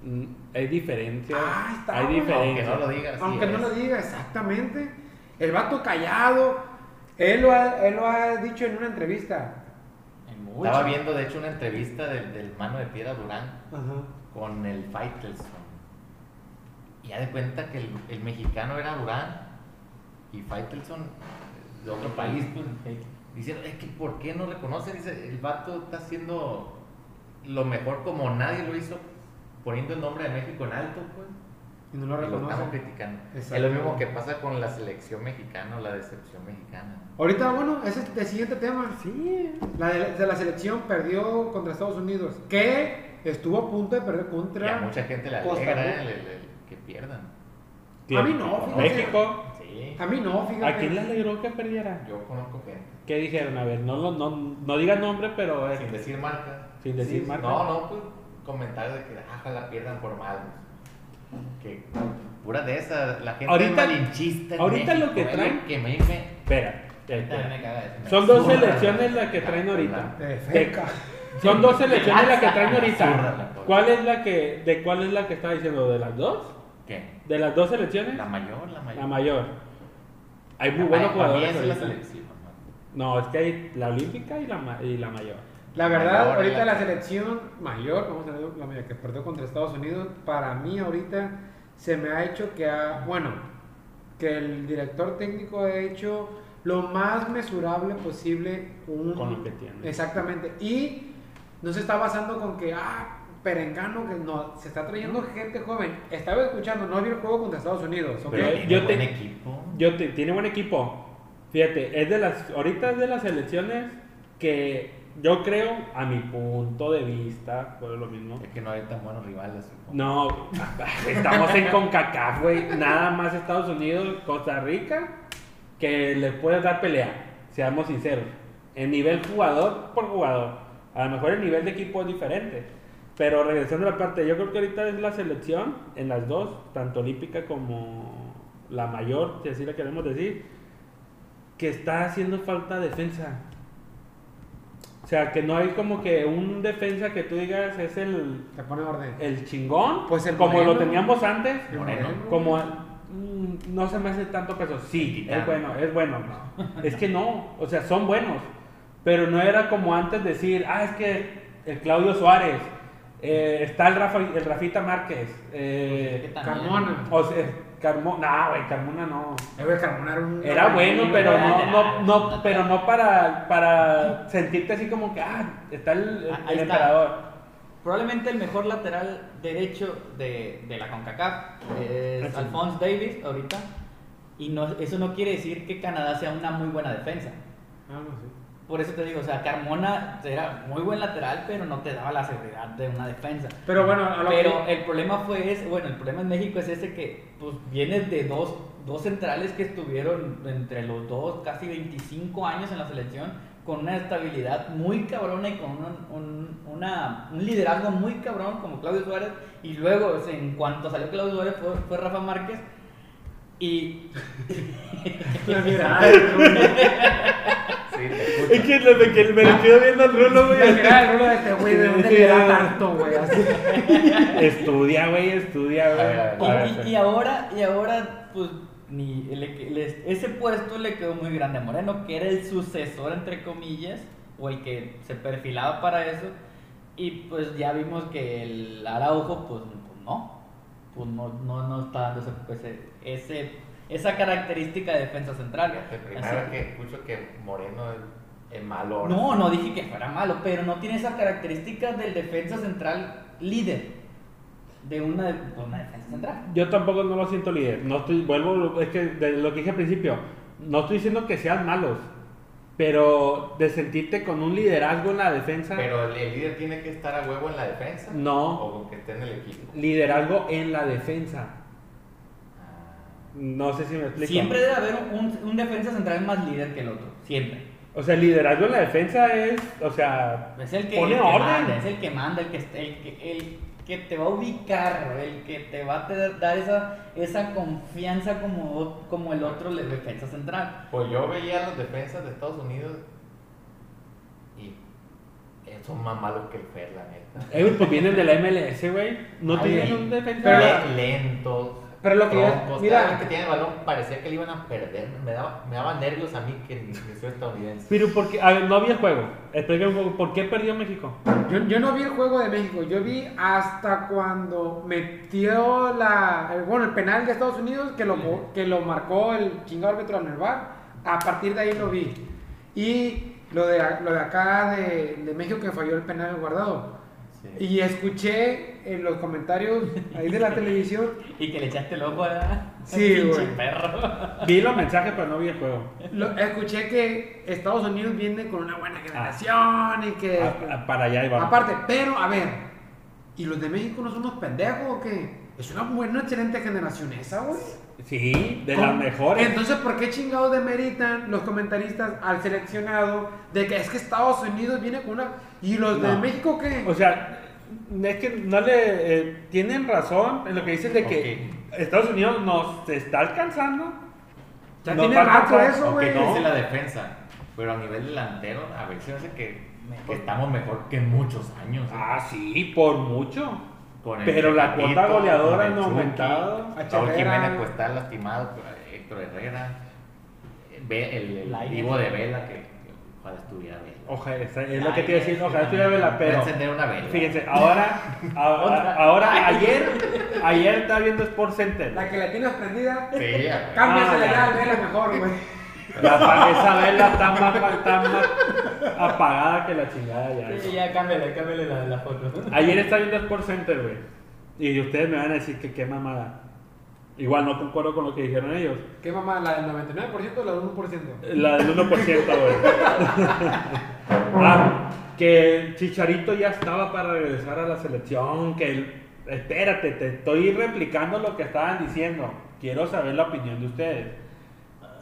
Mm, Hay diferencias. Ah, está, hay güey. Aunque no diferencias. lo digas. sí Aunque no es. lo diga exactamente, el vato callado, él lo ha, él lo ha dicho en una entrevista. En Estaba mucho. viendo, de hecho, una entrevista del, del Mano de Piedra Durán Ajá. con el Faitelson. Y ya de cuenta que el, el mexicano era Durán y Faitelson eh, de otro país. pues. Diciendo, es que ¿por qué no reconocen? Dice, el vato está haciendo lo mejor como nadie lo hizo, poniendo el nombre de México en alto, pues. Y no lo Y lo estamos reconoce. criticando. Exacto. Es lo mismo que pasa con la selección mexicana o la decepción mexicana. Ahorita, bueno, ese es el siguiente tema. Sí. La de, de la selección perdió contra Estados Unidos, que estuvo a punto de perder Y a contra. mucha gente le Costa alegra Rica. el- el- el que pierdan. A mí no, fíjate. México. Sí. A mí no, fíjate. ¿A quién le alegró que perdiera? Yo conozco gente. ¿Qué dijeron? A ver, no, lo- no, no digan nombre, pero eh, Sin decir marca. sin decir sí, marca. No, no, pues comentarios de que ajá, la pierdan por mal. Que pura de esas, la gente Ahorita- es malinchista. en ahorita lo que es traen- Que me, me, Espera. espera. me caga eso. Son dos selecciones las que traen La- ahorita. Eh, Te- feca. Son dos selecciones las que traen Absurda Ah, la ahorita. cosa. ¿Cuál es la que, de cuál es la que está diciendo? ¿De las dos? ¿Qué? ¿De las dos selecciones? La mayor, la mayor. La mayor. Hay muy La buenos ma- para mí jugadores. esa es la ahorita. selección. ¿no? No, es que hay la olímpica y la, ma- y la mayor. La verdad, Mayor, ahorita la- la selección mayor, vamos a ver la mayor que perdió contra Estados Unidos, para mí ahorita se me ha hecho que ha, bueno, que el director técnico ha hecho lo más mesurable posible un- Con lo que tiene. Exactamente. Y no se está basando con que, ah, perengano, que no, se está trayendo gente joven. Estaba escuchando, no vi el juego contra Estados Unidos, ¿ok? Pero Yo- tiene yo buen te- equipo. Yo te- tiene buen equipo. Fíjate, es de las ahorita es de las selecciones que yo creo a mi punto de vista, por lo mismo. Es que no hay tan buenos rivales. supongo. No, estamos en CONCACAF, güey, nada más Estados Unidos, Costa Rica que le puedes dar pelea, seamos sinceros. En nivel jugador por jugador, a lo mejor el nivel de equipo es diferente. Pero regresando a la parte, yo creo que ahorita es la selección en las dos, tanto olímpica como la mayor, si así la queremos decir, que está haciendo falta defensa. O sea, que no hay como que un defensa que tú digas es el, Te pone orden. el chingón, Pues el como moreno. lo teníamos antes, El Moreno, como mm, no se me hace tanto peso. Sí, Quitando. es bueno, es bueno. Es que no, o sea, son buenos, pero no era como antes decir, ah, es que el Claudio Suárez, eh, está el, Rafa, el Rafita Márquez, Que eh, también- Carmona. o sea, Carmona, no, güey, Carmona no. Eh, güey, Carmona era un- Era bueno, pero no, no, no, no. pero no para, para sentirte así como que, ah, está el, el Ah, ahí está. emperador. Probablemente el mejor lateral derecho de, de la CONCACAF es Eso. Alphonse Davis ahorita. Y no, eso no quiere decir que Canadá sea una muy buena defensa. Ah, no, sí. Por eso te digo, o sea, Carmona era muy buen lateral, pero no te daba la seguridad de una defensa. Pero bueno, a lo Pero que- el problema fue ese, bueno, el problema en México es ese que pues viene de dos, dos centrales que estuvieron entre los dos casi 25 años en la selección con una estabilidad muy cabrona y con un, un- una- un liderazgo muy cabrón como Claudio Suárez y luego o sea, en cuanto salió Claudio Suárez fue, fue Rafa Márquez y La mirada del Rulo. Sí, te Es escucho. que, lo de que me lo quedo viendo al rulo, güey. La mirada del Rulo de este güey, ¿de dónde le da tanto, güey? Así. Estudia, güey, estudia, A ver, a Y, güey. ver. y- y ahora, y ahora, pues, ni, le- les- ese puesto le quedó muy grande a Moreno, que era el sucesor, entre comillas, o el que se perfilaba para eso. Y pues ya vimos que el Araujo, pues, pues, no. pues no, no, no está dando ese- ese- ese- esa característica de defensa central. Fíjate, Así primera vez que escucho que Moreno es, es malo. ahora. No, no dije que fuera malo, pero no tiene esas características del defensa central líder. De una, de una defensa central. Yo tampoco no lo siento líder. No estoy, vuelvo, es que de lo que dije al principio, no estoy diciendo que sean malos, pero de sentirte con un liderazgo en la defensa, Pero el, el líder tiene que estar a huevo en la defensa. No. O con que esté en el equipo. liderazgo en la defensa. Ah, No sé si me explico. Siempre debe haber un, un defensa central más líder que el otro. Siempre. O sea, el liderazgo en la defensa es, o sea, Es el que, Pone el que orden. manda, es el que manda, el que, el que, el que te va a ubicar, el que te va a te- dar esa, esa confianza como, como el otro el defensa central. Pues yo veía a los defensas de Estados Unidos y eh, son más malos que el Fer, la neta. eh, pues vienen de la MLS, güey. No Ay, tienen güey. un defensa. Pero lentos. Pero lo que yo- troncos, mira. cada vez que tiene el balón parecía que le iban a perder. Me daba, me daba nervios a mí que ni que soy estadounidense. Pero porque, a ver, no había juego. Explícame un poco, ¿por qué perdió México? Yo, yo no vi el juego de México, yo vi hasta cuando metió la, el- bueno, el penal de Estados Unidos que lo, mo- que lo marcó el chingado árbitro en el bar. A partir de ahí lo vi. Y lo de, a- lo de acá de, de México que falló el penal guardado. Sí. Y escuché en los comentarios ahí de la televisión Y que le echaste el ojo a Sí, pinche güey. perro. Vi los mensajes, pero no vi el juego. Lo- escuché que Estados Unidos viene con una Ah. buena generación y Eh, que... A- a- Ah, para allá iba. Aparte, pero a ver, ¿y los de México no son unos pendejos o qué? Es una buena, excelente generación esa, güey. Sí, de ¿Cómo? las mejores. Entonces, ¿por qué chingados demeritan los comentaristas al seleccionado de que es que Estados Unidos viene con una. ¿Y los de No. México qué? O sea, es que no le eh, tienen razón en lo que dicen de que Estados Unidos nos está alcanzando. ya nos tiene va a rato alcanzar, eso, aunque güey. no. Esa es la defensa. Pero a nivel delantero, a ver si hace que, que estamos mejor que muchos años. ¿eh? Ah, sí, por mucho. Con el Pero la Chicharito, cuota goleadora con el no ha Chucky, aumentado. Raúl Herrera. Jiménez pues está lastimado, Héctor Herrera, Ve- el, el Lainez. vivo de Vela que que ojalá estuviera Vela. Ojalá, esa- Oh, es lo que Ay, te iba a decir, este es- ojalá estuviera vela, Voy a pero encender una vela. fíjense, ahora, ahora, ahora ayer, ayer estaba viendo Sport Center. La que la tienes prendida, Sí, a ver. cámbiasela Ah, ya ya. al verla mejor, güey. La apagué, esa vela está más, está más apagada que la chingada ya. Sí, ya cámbiale, cámbiale la, la foto. Ayer estaba viendo Sport Center, güey. Y ustedes me van a decir que qué mamada. Igual no concuerdo con lo que dijeron ellos. ¿Qué mamá? ¿La del 99% o la del 1%? La del 1%, güey. ah, que Chicharito ya estaba para regresar a la selección. Que el- espérate, te estoy replicando lo que estaban diciendo. Quiero saber la opinión de ustedes.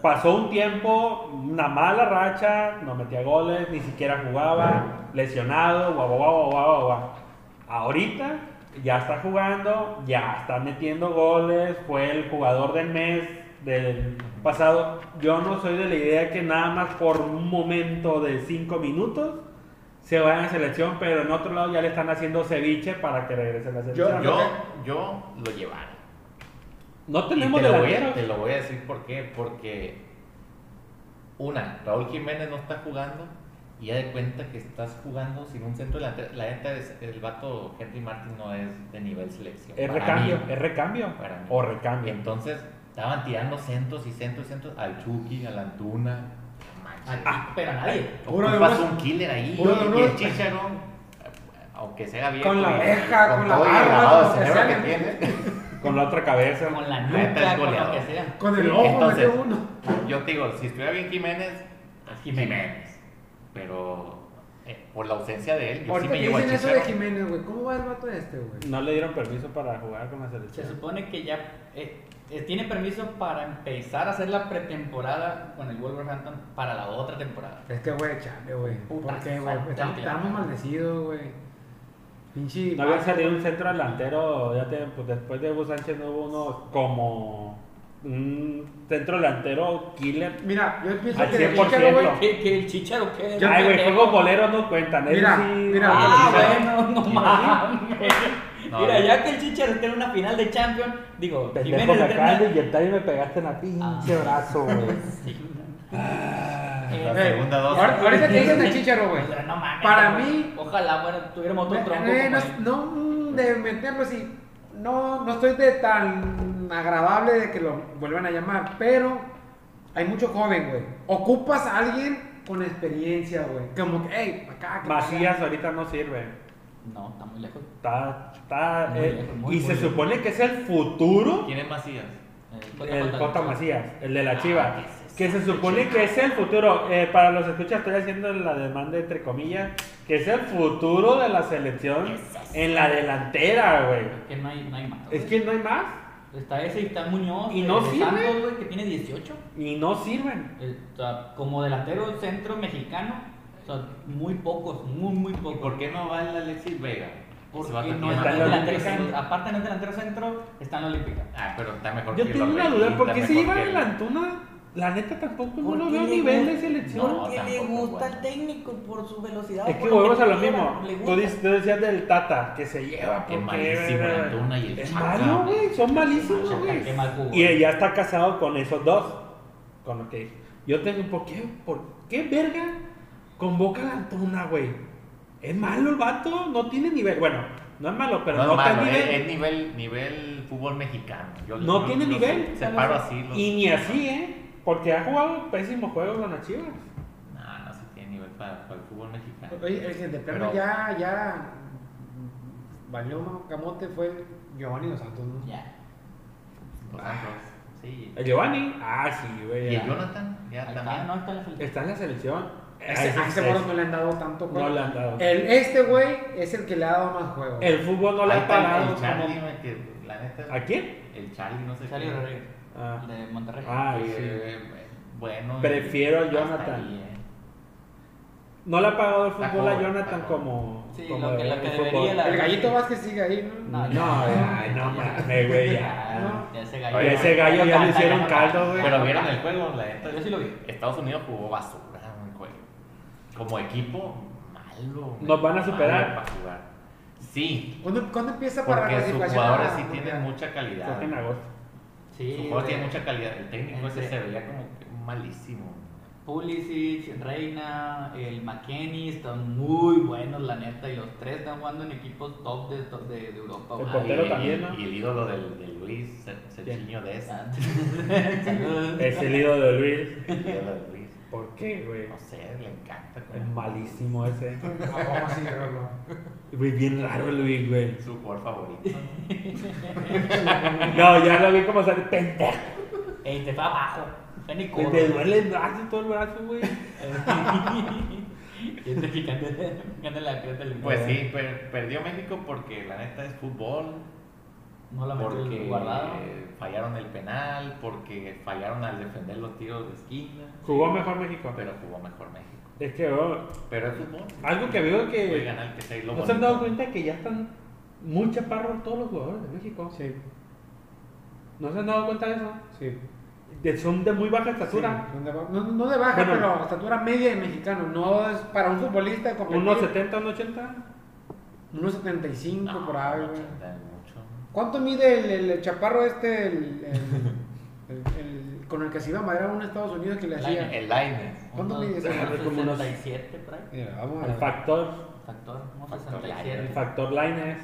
Pasó un tiempo, una mala racha, no metía goles, ni siquiera jugaba, lesionado, guau, guau, guau, guau, guau, guau. Ahorita ya está jugando, ya está metiendo goles, fue el jugador del mes del pasado. Yo no soy de la idea que nada más por un momento de 5 minutos se vaya a la selección, pero en otro lado ya le están haciendo ceviche para que regrese a la selección. Yo, yo lo llevara. no Y tenemos te, lo voy, a- delanteros. te lo voy a decir por qué. Porque, una, Raúl Jiménez no está jugando y ya de cuenta que estás jugando sin un centro delantero. La neta, es- el vato Henry Martin no es de nivel selección. Es para recambio, mí. es recambio. Para mí. O recambio. Entonces, estaban tirando centros y centros y centros al Chucky, a la Antuna. Ay, pero a nadie. Puro de Ocupas unos- un killer ahí. puro de y el unos- Chicharo, aunque sea viejo. Con la y- oreja, con la todo y el barba, lavado de con lo que cerebro sea. que tiene. Con la otra cabeza. Con la Neta, es nuca, con lo goleador. que sea. Con el ojo, Entonces, metió uno. Yo te digo, si estuviera bien Jiménez, Jiménez. Jiménez. Pero eh, por la ausencia de él, yo sí Ahorita me que llevo al dicen eso de Chicharo. Jiménez, güey, ¿cómo va el vato este, güey? No le dieron permiso para jugar con la Se selección. supone que ya eh, eh, tiene permiso para empezar a hacer la pretemporada con el Wolverhampton para la otra temporada. Es que, güey, chale, güey. Puta, ¿Por qué, güey? son Estamos, campeones. estamos maldecidos, güey. Pinche. No había salido un centro delantero, ya te- pues, después de Hugo Sánchez no hubo uno como un centro delantero killer. Mira, yo pienso Al que de 100%. Chicharo, güey. ¿Qué, qué, el chicharo qué? Yo- Ay, güey, Pendejo. juegos boleros no cuentan. eso Mira, sí, mira. Ah, no, bueno, no mames. No, Mira, no. ya que el Chicharo esté en una final de Champions, digo, Pendejo, Jiménez me esté en una- acabas de inyectar y me pegaste en la pinche Ah. brazo, güey. Sí, una- La Eh, segunda dosis. ahora- Ahorita que dicen de Chicharo, güey. Pero no mames. Para güey. mí- Ojalá, bueno, tuviéramos otro tronco. Eh, como no, él. no, mm, de meterlo así. no, no estoy de tan agradable de que lo vuelvan a llamar, pero hay mucho joven, güey. Ocupas a alguien con experiencia, güey. Como que, hey, acá, que Macías ahorita no sirve. No, está muy lejos. Está, está, Muy eh, bien, muy, y muy se bien. supone que es el futuro ¿Quién es Macías? Eh, Pues El Cota Macías, el de la Ah, Chiva. ¿qué es eso? Que se supone que es el futuro. Eh, para los escuchas, estoy haciendo la demanda entre comillas. Que es el futuro de la selección en la delantera, güey. Que no hay, no hay más. Es güey. que no hay más. Está ese y está Muñoz. ¿Y el no de sirve? Santos, güey, que tiene 18. Y no sirven. El- o sea, como delantero centro mexicano, o sea, muy pocos, muy, muy ¿Y pocos. por qué no va el Alexis Vega? Se va Porque también no a es está en la la delantero Olímpica. centro. Aparte, no es delantero centro, está en la Olímpica. Ah, pero está mejor Yo que tengo el una Orbe- duda. está ¿Por qué mejor se llevan que el el- Antuna? La neta tampoco Pues no lo Porque veo a le nivel gusta- de selección. No, Porque le tampoco, gusta bueno. al técnico por su velocidad. es que por volvemos a lo quiera, mismo. le gusta. Tú, dices- tú decías del Tata, que se lleva. Qué porque- malísimo el Antuna y el Es Chaca. malo, güey. Son malísimos, Chaca, güey. qué mal jugó. Y ya está casado con esos dos. Con lo que yo tengo, ¿por qué? ¿Por qué verga convoca a Antuna, güey? Es malo el vato, no tiene nivel. Bueno, no es malo, pero no, no, es malo, eh, tiene es, nivel. es nivel, nivel fútbol mexicano. Yo- No yo- tiene yo nivel. Se paro así. los- Y ni así, ¿eh? Porque ha jugado pésimos juegos con las chivas. No, no se tiene nivel para, para el fútbol mexicano. Oye, el que de plano Pero- ya, ya valió camote fue Giovanni Dos Santos, ¿no? Ya. Los Santos, Sí. El Giovanni, ah, sí, Y güey. el Jonathan, ya Ahí está, también. no está en la selección. Está en la selección. A ese, Ese- a ese ese- morro no le han dado tanto no juego. le han dado. El, este güey es el que le ha dado más juego. El fútbol no le Ahí ha está el- parado. el Charlie, como- güey, que la neta. ¿A quién? El Charlie, no sé Charlie qué. Rodríguez, Ah. el de Monterrey. Ah, Que, sí. Bueno. Prefiero a hasta Jonathan. ahí, eh. No le ha pagado el Está fútbol a joven, Jonathan está joven. como. Sí, como lo que- lo el que fútbol. debería la- El gallito Vázquez sigue ahí, ¿no? No, No, ya, ya. ay, no Ya. mames, güey, ya. Ya, ya ese gallo. Oye, ese gallo ya le hicieron caldo, güey. Pero vieron el juego, la neta. Yo sí lo vi. Estados Unidos jugó basura en el juego. Como equipo, malo. güey. Nos van a superar. Malo Para jugar. Sí, ¿Cuándo, cuándo empieza para porque la sus clasificación? jugadores Ah, sí no, ya. tienen mucha Creo calidad. que en agosto. Sí, Su juego güey. tiene mucha calidad. El técnico ese Este- se veía como que malísimo. Pulisic, Reina, el McKenny están muy buenos, la neta. Y los tres están jugando en equipos top de, top de, de Europa. El güey. portero y, y- también, ¿no? Y el ídolo del, del Luis, Serginho de esa. Saludos. Es el ídolo de Luis. El ídolo del Luis. ¿Por qué, güey? No sé, le encanta. Es malísimo ese. No, sí, yo no. Güey, bien raro el Luis, güey. Su jugador favorito. No, ya lo vi como sale pendejo. Ey, te fue abajo. Fue ni Güey, codo. Te duele el brazo, todo el brazo, güey. Y este picante, picante la creta del Pues sí, per- perdió México porque la neta es fútbol, No la metió porque el guardado. eh, fallaron el penal, porque fallaron al defender los tiros de esquina, Jugó mejor México. pero jugó mejor México. Es que, güey, Pero es fútbol. algo que veo que. Puede ganar el que sea y lo ¿No se han bonito. dado cuenta que ya están muy chaparros todos los jugadores de México? Sí, ¿No se han dado cuenta de eso? sí. De- son de muy baja estatura. Sí, son de ba- no, no de baja, Bueno. pero estatura media de mexicano. No es para un futbolista competir. Unos 70, unos 80. Unos 75 Ah, No, por ahí, güey. 80 es mucho. ¿Cuánto mide el, el- el chaparro este el, el- el- el- con el que se iba a madrear a un Estados Unidos que le hacía? El Lainez. ¿Cuánto Unos mide ese? Como unos- 67 por ahí. Mira, vamos a El ver. factor, Factor, unos Factor 67. el factor line es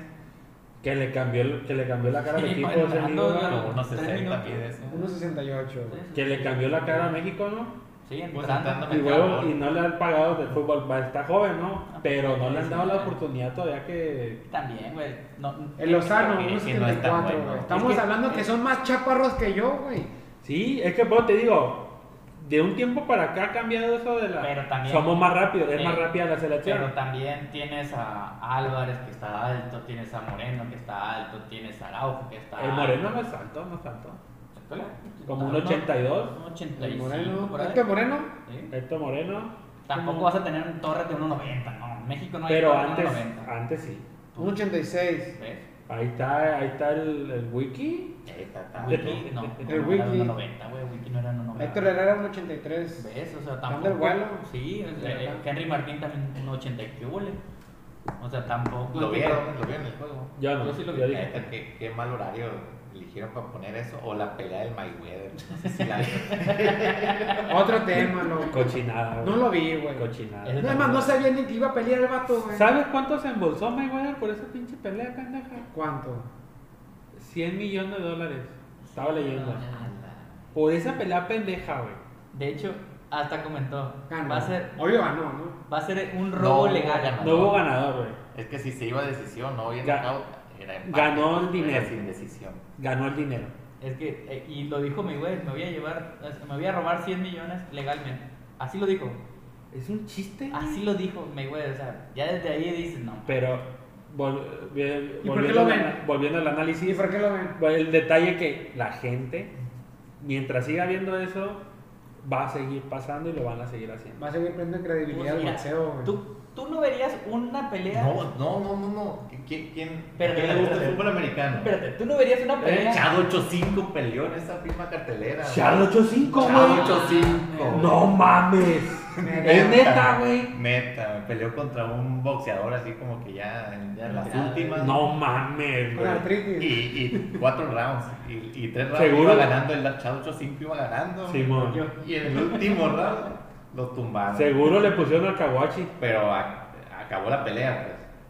que le cambió, el- que le cambió la cara al Sí, equipo. bueno, ese ganando, niño, ganando. Como unos Tres 60 minutos. pies. ¿eh? Unos 68. güey. que le cambió la cara a México, ¿no? Sí, Pues entrando. entrando. Y, luego, y no le han pagado del fútbol, va, está joven, ¿no? Pero no le han dado la oportunidad todavía que... También, güey. No, El Lozano, Que- unos que no es tan 74, bueno. güey. Estamos Es que- hablando que son más chaparros que yo, güey. Sí, es que pues, te digo, de un tiempo para acá ha cambiado eso de la... Pero también- somos más rápidos, es Sí. más rápida la selección. Pero también tienes a Álvarez que está alto, tienes a Moreno que está alto, tienes a Araujo que está El alto. Moreno no es alto, no es alto. ¿Cuál? Como un Ah, No, no, 82. Un El 85 Moreno. por ahí. Este Moreno. Sí. Héctor Moreno, Tampoco vas a tener un torre de 1.90, no. En México no hay pero torres de antes, ah, 1.90. antes sí. Un 86. ¿Ves? Ahí está, ahí está el, el wiki. Ahí está, está. Wiki, no. El no era Wiki. 1.90, güey. Wiki no era 1.90. Héctor Herrera, un 83. ¿Ves? O Anda sea, el tampoco. vuelo. Sí, o sea, Ajá. Henry Martín también un 80 y qué huele. O sea, tampoco. Lo vieron, lo vieron el juego. Yo no, Yo sí lo vi. yo La dije, neta, qué, qué mal horario eligieron para poner eso. O la pelea del Mayweather. No sé si la Otro tema, Este- loco. cochinada. güey. No lo vi, güey. Cochinada. No, Además, no sabía ni que iba a pelear el vato, güey. ¿Sabes cuánto se embolsó Mayweather por esa pinche pelea, pendeja? ¿Cuánto? 100 millones de dólares. Estaba leyendo. Ala. Por esa pelea pendeja, güey. Ah, De hecho, hasta comentó. Ah, Ganó. Va a ser, Obvio ganó, ¿no? va a ser un robo No, legal. ganó. No hubo ganador, güey. Es que si se iba a decisión, no había Ga- knockout, era empate, ganó el era dinero. sin decisión. Ganó el dinero. Es que, eh, y lo dijo mi güey, me voy a llevar, me voy a robar 100 millones legalmente. Así lo dijo. Es un chiste. Así lo dijo mi güey. O sea, ya desde ahí dices, no. Pero vol- eh, ¿Y por qué lo volviendo, ven? al- volviendo al análisis, ¿Y por qué lo ven? el detalle que la gente, mientras siga viendo eso, va a seguir pasando y lo van a seguir haciendo. Va a seguir perdiendo credibilidad Pues al mira, boxeo, güey. ¿Tú, tú no verías una pelea. No, no, no, no, no. ¿Qui- qui- ¿Quién, Espérate, ¿quién le gusta el espérate. fútbol americano? Espérate, tú no verías una Eh, pelea. Chad 85 peleó en esa misma cartelera. güey. Charlo 85, Chad güey. 85. No mames. Neta. Es neta, güey. Neta, me peleó contra un boxeador así como que ya, en- ya en las Ya, últimas. No mames, Con güey. Y, artritis. y cuatro rounds. Y, y tres rounds Seguro. iba ganando. El Chad 85 iba ganando. Simón. Yo- Y en el último round lo tumbaron. Seguro le pusieron al kawachi. Pero a- acabó la pelea,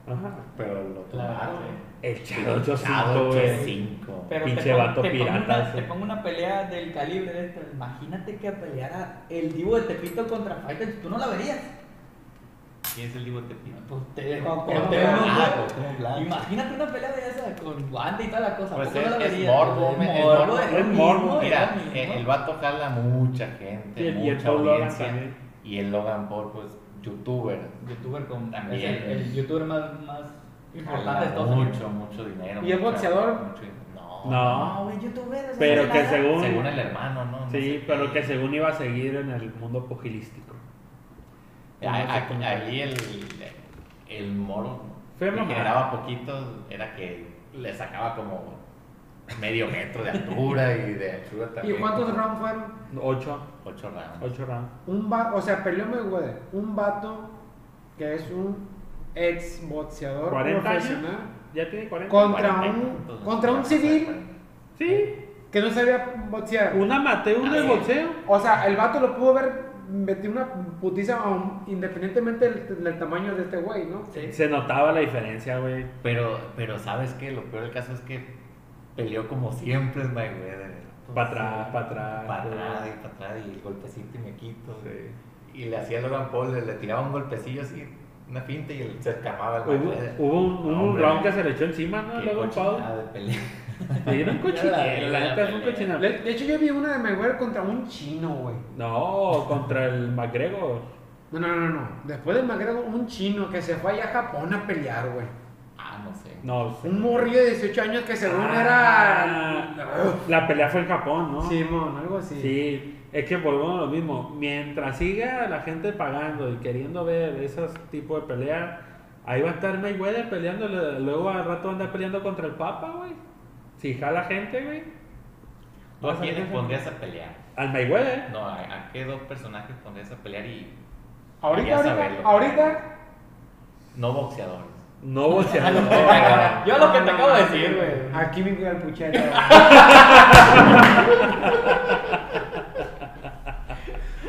pues. Ajá. Pero lo Claro, tumbaron. güey. El Charlo Chad 85, güey. 85. Pero Pinche te pongo, vato te pongo pirata una, ese. te pongo una pelea del calibre de esta. Imagínate que peleara el Divo de Tepito contra Fighter. Tú no la verías. ¿Quién es el Divo Tepino? Pues te, Cuauhtémoc Cuauhtémoc Blanco, Blanco. Cuauhtémoc Blanco. Imagínate una pelea de esa con guante y toda la cosa. Pues ¿Cómo es- no la es verías? morbo, Es men, es morbo, morbo. es lo Es mismo, morbo. es Mira, lo mismo. eh, el vato jala mucha gente, Y el- y el mucha Paul Logan audiencia. también. Y el Logan Paul, pues, youtuber. youtuber con También. es el, el youtuber más, más importante de Jala Estados Unidos. mucho, mucho dinero. ¿Y es mucha- boxeador? mucho dinero. No. No. No, güey, youtuber. o sea, Pero no que nada. según. Según el hermano, ¿no? No Sí, sé pero qué. que según iba a seguir en el mundo pugilístico. A- a- Ahí el, el moro Fue que mamá. generaba poquito, era que le sacaba como medio metro de altura y de anchura ¿Y también. cuántos rounds fueron? Ocho, Ocho rounds. ocho rounds. Un vato, o sea, peleó Mayweather. Un vato que es un ex boxeador 40 años. profesional ¿Ya tiene 40? Con- Contra 40 y un- puntos, contra un 40, civil. 40. Sí, que no sabía boxear. un amateur de Así es. boxeo. O sea, el vato lo pudo ver meter una putiza a un- independientemente del, del tamaño de este güey, ¿no? Sí. Se notaba la diferencia, güey. Pero, pero sabes que lo peor del caso es que peleó como siempre es Mayweather. Pues Para atrás, para atrás. Para güey. atrás y para atrás y el golpecito y me quito. Sí. Y le hacía Logan Paul, le, le tiraba un golpecillo así, una finta y él se escamaba el Mayweather. Hubo, hubo un, hubo un pues, Hombre. round que se le echó encima, ¿no? Qué Luego un pau. cochinada de pelea. Le dieron cochinero, la Ya la neta es un pelea. cochinero. Le- de hecho, yo vi una de Mayweather contra un chino, güey. No, contra el McGregor. No, no, no, no. Después de McGregor, un chino que se fue allá a Japón a pelear, güey. Ah, no sé. No sé. Un morrillo de 18 años que según Ah, era... La pelea fue en Japón, ¿no? Simón, algo así. Sí, es que volvemos a lo mismo. Mientras siga la gente pagando y queriendo ver esos tipos de peleas, ahí va a estar Mayweather peleando. Luego al rato anda peleando contra el Papa, güey. Si jala gente, güey. ¿Tú a Vas a ver quiénes esa- pondrías a pelear? Al Mayweather. No, ¿a, a qué dos personajes pondrías a pelear y Ahorita, Ya ahorita, saberlo. ahorita, no boxeadores? No boxeador. Yo lo que te acabo de decir, güey. Aquí me queda el puchero.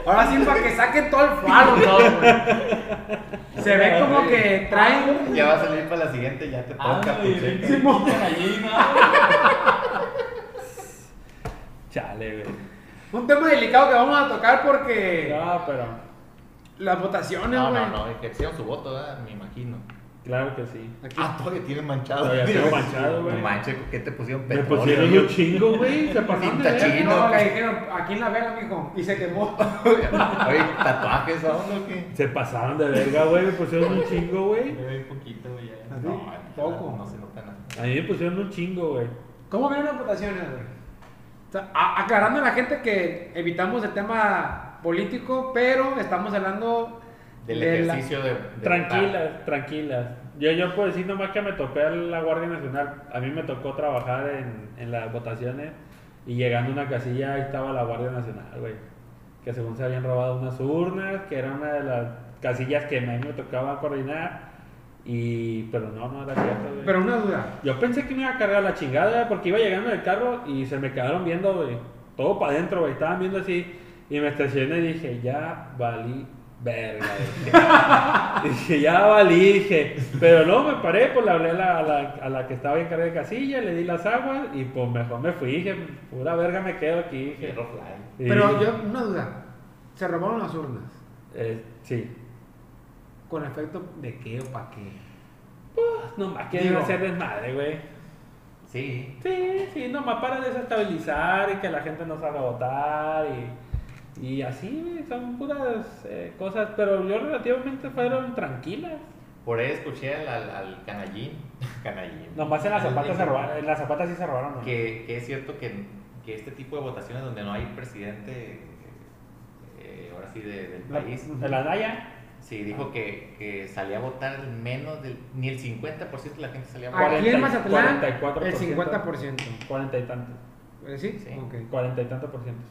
Ahora sí, para que saquen todo el faro, ¿no, güey? Se ve como que traen. Ya va a salir para la siguiente, ya te Ah, toca, güey, pucheta. pinche gallina, Chale, güey. Un tema delicado que vamos a tocar porque No, pero las votaciones, No, güey. no, no, ejercieron su voto, ¿verdad? me imagino. claro que sí. Aquí- Ah, todavía tiene manchado. Todavía tengo manchado, güey. No manches, ¿qué te pusieron Me petróleo? pusieron un chingo, güey. Se pasaron de Pinta verga. chino. No, le dijeron, aquí en la vela, mijo. Y se quemó. Oye, tatuajes aún o qué? Se pasaron de verga, güey. Me pusieron un chingo, güey. güey. Bebe poquito, güey. ya. Así, Ah, No, poco. no se nota nada. A mí me pusieron un chingo, güey. ¿Cómo vieron las votaciones, güey? O sea, a- aclarando a la gente que evitamos el tema político, pero estamos hablando Del de la- ejercicio de, de Tranquilas, tranquilas. Yo, yo puedo decir nomás que me topé a la Guardia Nacional. A mí me tocó trabajar en, en las votaciones y llegando a una casilla ahí estaba la Guardia Nacional, güey. Que según se habían robado unas urnas, que era una de las casillas que a mí me tocaba coordinar. Y, pero no, no era cierto, güey. Pero una duda. Yo pensé que me iba a cargar la chingada güey, porque iba llegando en el carro y se me quedaron viendo, güey. Todo para adentro, güey. Estaban viendo así. Y me estacioné y dije, ya valí Verga, dije. Dije, ya valí, dije. Pero no, me paré, pues le hablé a la, a la, a la que estaba encargada de casilla, le di las aguas y pues mejor me fui, dije, pura verga me quedo aquí, dije. Quiero fly. Y- Pero yo, una duda. Se robaron las urnas. eh, sí. ¿Con efecto de qué o para qué? Pues nomás quieren Digo- hacer desmadre, güey. Sí. Sí, sí, nomás para desestabilizar y que la gente no salga a votar y, y así, güey, son puras eh, cosas, pero yo relativamente fueron tranquilas. Por ahí escuché al, al, al canallín. Canallín. Nomás en las Al- zapatas se robaron, en las zapatas sí se robaron. ¿no? Que, que es cierto que, que este tipo de votaciones donde no hay presidente, eh, ahora sí, de- del La- país, de la Daya, sí, dijo que, que salía a votar el menos del, ni el 50% de la gente salía a votar. Aquí en Mazatlán, 44%. el 50%. cuarenta y tantos, ¿Eh, ¿Sí? Sí. Ok. cuarenta y tantos por ciento.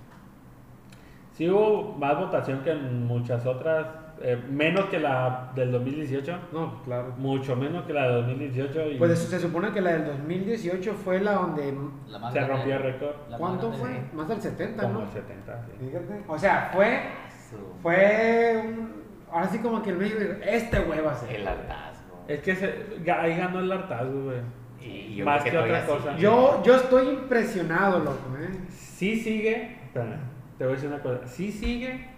Sí hubo más votación que en muchas otras, eh, menos que la del 2018, No, claro. mucho menos que la del 2018 y Pues eso, se supone que la del 2018 fue la donde... La más se grande. rompió el récord. La ¿Cuánto más fue? grande. Más del 70, Como el ¿no? 70, sí. Fíjate. O sea, fue... Su- Fue un... Ahora sí como que el México dijo, este huevo va a ser. El hartazgo. Es que se- ga- ahí ganó el hartazgo, güey. Y- y yo Más creo que otra todavía cosa. Yo, yo estoy impresionado, loco, ¿eh? Sí sigue, espera, te voy a decir una cosa, sí sigue,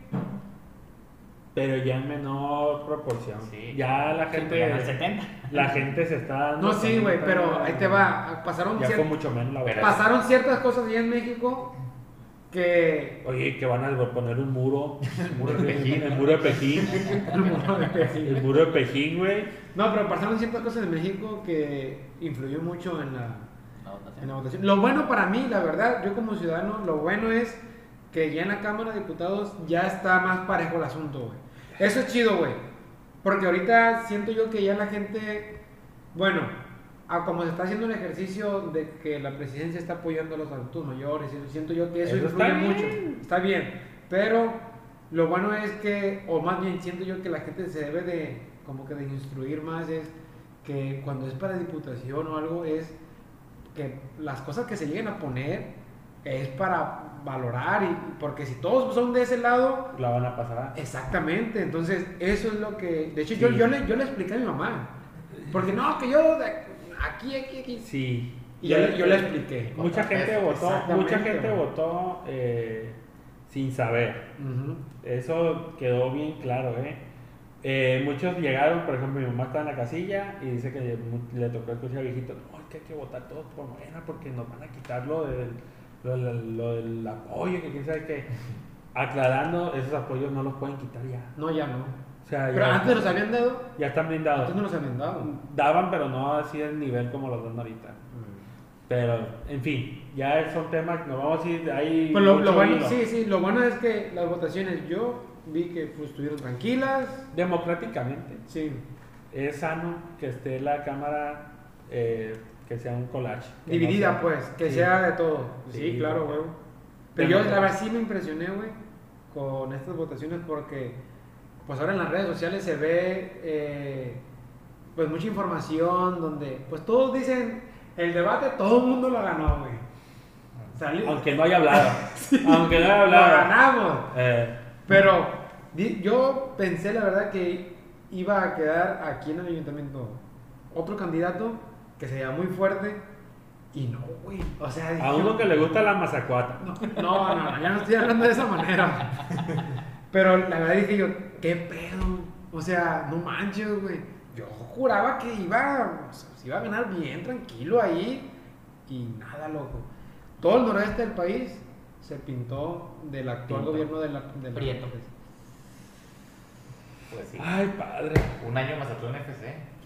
pero ya en menor proporción. Sí. Ya la Sí, pues, pero ya no el gente, 70. la gente se está dando No, sí, cuenta, güey, pero ahí te va. Pasaron, Ya cier- fue mucho menos la Pero- verdad. pasaron ciertas cosas allá en México que... Oye, que van a poner un muro, el muro de Pejín. el muro de Pejín, el muro de Pejín, güey. No, pero pasaron ciertas cosas en México que influyó mucho en la, La votación. en la votación. Lo bueno para mí, la verdad, yo como ciudadano, lo bueno es que ya en la Cámara de Diputados ya está más parejo el asunto, güey. Eso es chido, güey. Porque ahorita siento yo que ya la gente, bueno, a como se está haciendo el ejercicio de que la presidencia está apoyando a los adultos mayores, y siento yo que eso, Eso influye está mucho. bien. Está bien, pero lo bueno es que, o más bien siento yo que la gente se debe de, como que de instruir más, es que cuando es para diputación o algo, es que las cosas que se lleguen a poner es para valorar, y, porque si todos son de ese lado, La van a pasar. Exactamente, entonces eso es lo que... De hecho, yo, Sí. yo, le, yo le expliqué a mi mamá. Porque no, que yo de aquí, aquí, aquí. Sí. Y yo, le- yo le expliqué. Mucha gente votó, Exactamente, mucha gente güey. votó eh, sin saber. Ujú. Eso quedó bien claro, ¿eh? Eh, muchos llegaron, por ejemplo, mi mamá está en la casilla y dice que le, le tocó escuchar al viejito, no, es que hay que votar todos por Morena porque nos van a quitar lo del, lo, del- lo del apoyo, que quién sabe qué. Aclarando, esos apoyos no los pueden quitar ya. No, Ah, ya no. O sea, Pero ya, antes los habían dado. ya están Antes blindados. no los habían dado. Daban, pero no así el nivel como los dan ahorita. Pero, en fin, ya son temas, nos vamos a ir ahí. Pues lo, mucho lo bueno, hilo. sí, sí, lo bueno es que las votaciones yo vi que pues, estuvieron tranquilas. Democráticamente. Sí. es sano que esté la cámara eh, que sea un collage. Que no Dividida, sea- pues, que sí. sea de todo. Sí, Sí, claro, porque- güey. Pero yo, Democracia. la verdad, sí me impresioné, güey, con estas votaciones porque, pues ahora en las redes sociales se ve, eh, pues, mucha información donde, pues, todos dicen, el debate todo el mundo lo ganó, güey. Salió- Aunque no haya hablado. Aunque no haya lo hablado. ganamos. Eh, Pero di- yo pensé, la verdad, que iba a quedar aquí en el ayuntamiento otro candidato que se veía muy fuerte y no, güey. O sea, dije, a uno que le gusta la mazacuata. No, no, no, no, ya no estoy hablando de esa manera. Pero la verdad dije yo, ¿qué pedo? O sea, no manches, güey. Yo juraba que iba, o sea, se iba a ganar bien, tranquilo ahí. Y nada, loco. Todo el noroeste del país se pintó del actual Pinto. gobierno de la... de la- Prieto. Pues sí. Ay, padre. Un año Mazatlán FC.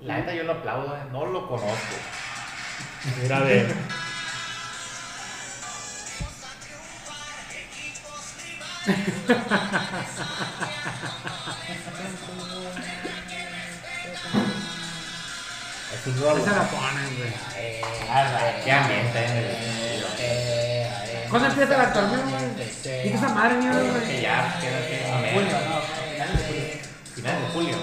La neta yo lo aplaudo, eh, no lo conozco. Mira, a ver. sus rolas. Esa la ponen, güey. Qué ambiente, güey. ¿Cuándo empieza la actuación, güey? Dice esa madre mía, Que güey. ya, que era que- a Julio, menos, no, finales de julio. Final de julio.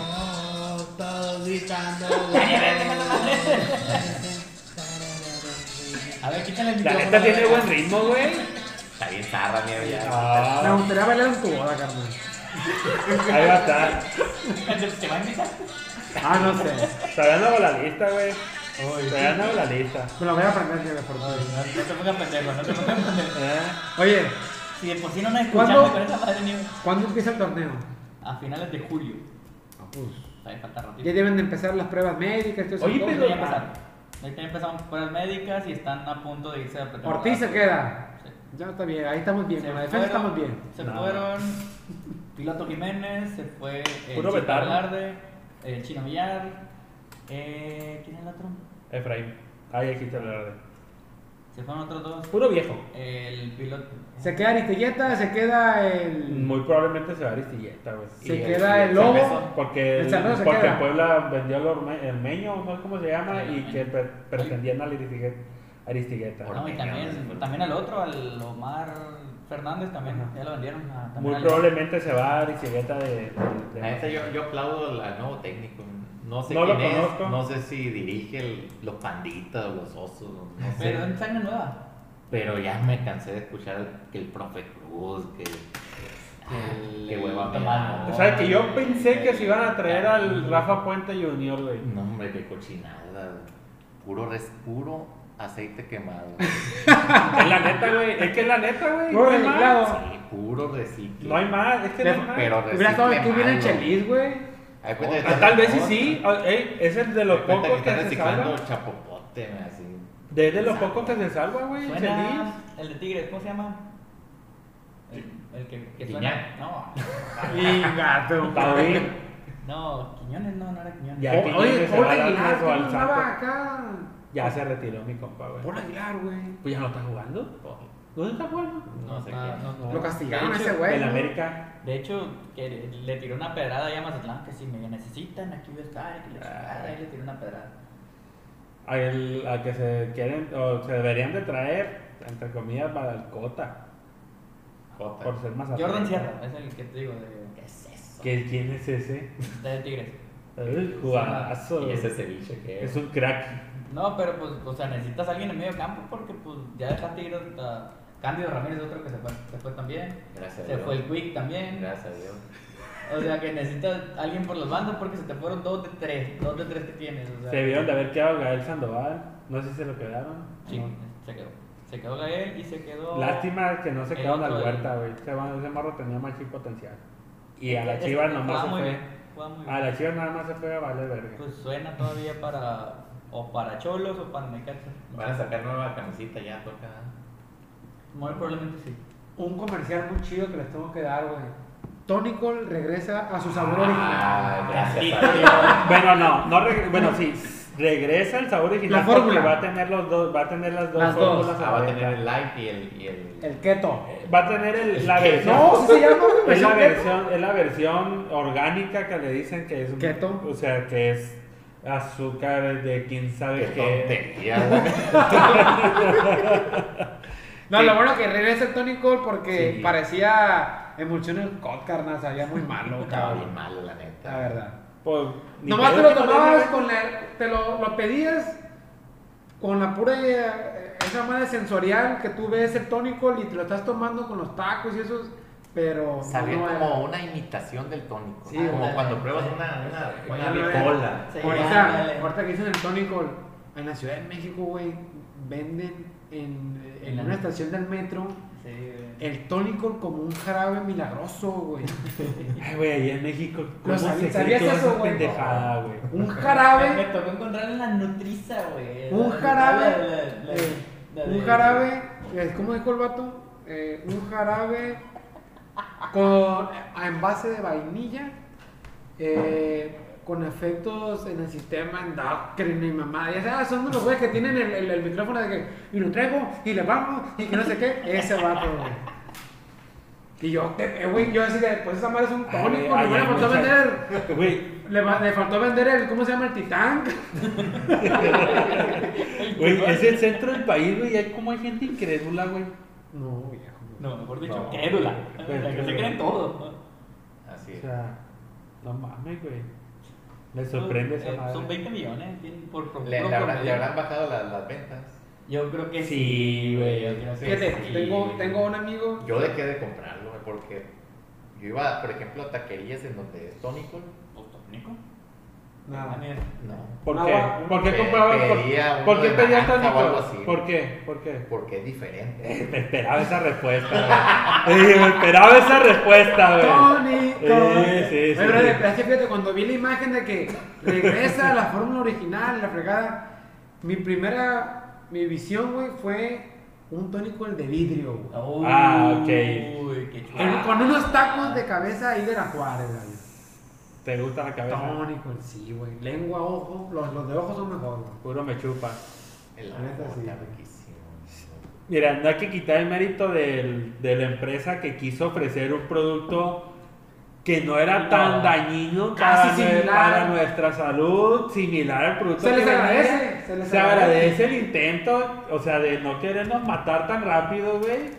A ver, quítale el La micrófono. neta tiene buen ritmo, güey. Está bien zarra, miedo ya. Me Ah, gustaría bailar en tu boda, carnal. ahí va a estar. ¿Te va a invitar? Ah, no sé. Todavía no hago la lista, güey. Todavía no hago la lista. Me la voy a aprender, güey, por favor. No te pongas pendejo, no te pongas pendejo. ¿Eh? Oye, Si de por sí no me ¿Cuándo? escuchaste con esa madre mía. ¿cuándo empieza el torneo? A finales de julio. Ah, pues. Todavía falta ratito. Ya deben de empezar las pruebas médicas, todo eso. Oye, todo. pero- Ahorita ya empezaron. Ahorita ya empezaron pruebas médicas y están a punto de irse a pretemporada. Ortiz se queda. Sí. Ya está bien, ahí estamos bien. Se Con la defensa fueron- estamos bien. Se No. fueron Piloto Jiménez, se fue el Puro Chino veterano. Velarde, el Chino Villar, eh, ¿quién es el otro? Efraín. Ahí aquí está la verde. Se fueron otros dos. Puro viejo. El piloto. eh, Se queda Aristilleta, se queda el. Muy probablemente se va a Aristilleta, güey. Se Y- queda el Cerveza. lobo. Porque, El el- Salvador se porque queda. Puebla vendió el, orme- el meño, no sé cómo se llama, y que pre- pretendían al Aristigueta. Aristigueta. No, y también, también al otro, al Omar Fernández también, Ajá. ya lo vendieron. a- también Muy al- probablemente se va a Aristigueta de. de- La neta, yo, yo aplaudo al nuevo técnico. No sé No lo quién es, conozco. no sé si dirige el- los panditas o los osos, no Pero sé. en sangre nueva. Pero ya me cansé de escuchar que el profe Cruz, que. Qué hueva, Tomás. me da. ¿Sabes que yo pensé que se iban a traer al Rafa Puente Junior, güey? No, hombre, qué cochinada. Puro, res, puro aceite quemado. Es la neta, güey. Es que es la neta, güey. Puro No hay más. reciclado. Sí, puro recicle. No hay más. Es que no hay más. Pero recicle. Hubiera estado aquí bien el malo. Chelis, güey. Haz Pues de cuenta que Ah, están- Tal vez sí, sí. Ah, ey, es el de los Haz de cuenta pocos que que están se salva. reciclando chapopote, me así. Es de los pocos que se salva, güey. Chelis. Suena el de Tigres, ¿cómo se llama? El, el que, que suena. Guiñac. No, Y gato. Paulín. no, Quiñones no, no era Quiñones. Ya. Oye, que oye, se va a Paul dar Aguilar, eso ¿cómo al andaba Santos. acá? Ya se retiró mi compa, güey. Paul Aguilar, güey. Pues ya no está jugando. ¿Dónde está jugando? No sé está- qué. no- no. Lo castigaron De a hecho, ese güey. En ¿no? América. De hecho, que le- le tiró una pedrada ahí a Mazatlán, que si me necesitan, aquí voy a estar, que la Ah. chingada, ahí le tiró una pedrada. Al, al que se quieren, o se deberían de traer, entre comillas, para el Cota. Jota. Por ser más Jordan atlético. Sierra, es el que te digo, de, ¿qué es eso? ¿Qué- ¿Quién es ese? De Tigres. Uy, Jugadazo. Y güey. ese ceviche que Es un crack. No, pero pues, o sea, necesitas a alguien en medio campo porque pues ya deja Tigres hasta Cándido Ramírez, otro que se fue, se fue también. Gracias a Se Dios. fue el Quick también. Gracias a Dios. O sea que necesitas a alguien por los bandos porque se te fueron dos de tres, dos de tres que tienes. O sea, Se vieron de haber quedado Gael Sandoval. No sé si se lo quedaron. Sí, No. se quedó. Se quedó Gael y se quedó. Lástima que no se El quedaron otro al del- huerta, güey. Ese, ma- ese marro tenía más chico potencial. Y a la Este, chiva jugaba nomás se muy fue. bien, jugaba muy A bien. la chiva nada más se fue a valer verga. Pues suena todavía para. O para Cholos o para Necaxa. Van a sacar nueva camisita ya, toca. Muy probablemente sí. Un comercial muy chido que les tengo que dar, güey. Tónico regresa a su sabor Ah, original. gracias a Sí. Dios. Bueno, no, no reg- bueno, sí, regresa el sabor original La fórmula. porque va a tener los dos, va a tener las dos Las dos. fórmulas Ah, va a tener abiertas. el light y el. Y el... El keto. Eh, Va a tener el- la ¿Qué? versión No, sí se llama, güey. es la versión keto. versión, es la versión orgánica que le dicen que es Keto. o sea, que es azúcar de quién sabe Qué qué. tontería, güey. No, lo bueno que regresa el Tony Cole porque Sí. parecía emulsión el cot, carnal, sabía muy malo, Estaba bien cabrón. malo, la neta. La verdad. Pues, ni Nomás te pedo lo que no tomabas le- con la. Te lo, lo pedías con la pura. eh, Esa madre sensorial que tú ves el tónico y te lo estás tomando con los tacos y esos. Pero. Salió no, como era. una imitación del tónico. Sí, ¿no? como ándale. cuando pruebas Sí. una, una, Sí, una ándale. bicola. Sí, ándale. ahorita, ahorita que dicen el tónico en la Ciudad de México, güey, venden en, en En una la- estación del metro Sí, güey. el tónico como un jarabe milagroso, güey. Ay, güey, ahí en México Lo cómo se sabí- cree ¿sabías toda eso, esa güey? pendejada, güey. Un Me, me jarabe. tocó encontrar en la nutriza, güey. Un La- jarabe, la- la- la- eh, la- Un la- jarabe, eh, ¿cómo dijo el vato? Eh, un jarabe con a envase de vainilla, eh, con efectos en el sistema endocrino y mamá. Ya sabes, son de los güeyes que tienen el, el- el micrófono de que, y lo traigo, y le vamos, y que no sé qué. Ese vato, güey. Y yo, eh, güey, yo decía, pues esa madre es un Ah, tónico, ay, le ay, faltó mucha- vender. Güey, Le, va- le faltó vender el, ¿cómo se llama? El titán. Güey, es el centro del país, güey, y hay como hay gente incrédula, güey. No, viejo. No, mejor dicho, No. crédula. O Pero- sea, que se creen todo. Así o es. sea, no mames, güey. Me sorprende esa Eh, madre. Son 20 millones tienen por por- Le, por le habrán, le promedio. habrán bajado la- las ventas. Yo creo que Sí, sí, güey. Yo creo que Fíjate, sí, tengo, güey. tengo un amigo. Yo dejé de comprarlo, güey, porque yo iba, por ejemplo, a taquerías en donde es tónico. ¿Autónico? Nada. Daniel. No. ¿Por Ah, qué? bueno. ¿Por qué Pe- compraba? pedía ¿Por, uno ¿por qué de pedía naranja o algo tónico? así. ¿Por qué? ¿Por qué? Porque es diferente. Eh, Me esperaba esa respuesta, güey. Eh, me esperaba esa respuesta, güey. Tony, Sí, Tony. sí, sí. Oye, brother, pero es que fíjate, cuando vi la imagen de que regresa a la fórmula original, la fregada, mi primera, mi visión, güey, fue un tónico el de vidrio, güey. Ah, ok. Uy, qué El- Ah. chulo. con unos tacos de cabeza ahí de la Juárez, güey. ¿Te gusta la cabeza? Tónico, sí, güey. Lengua, ojo. Los, los de ojos son mejor, güey. Puro me chupa. El La neta, amor sí. está riquísimo. Mira, no hay que quitar el mérito del- de la empresa que quiso ofrecer un producto que no era tan No. dañino para, Casi nue- similar. para nuestra salud, similar al producto. Se les que venía. agradece, se les Se agradece. agradece el intento, o sea, de no querernos matar tan rápido, güey,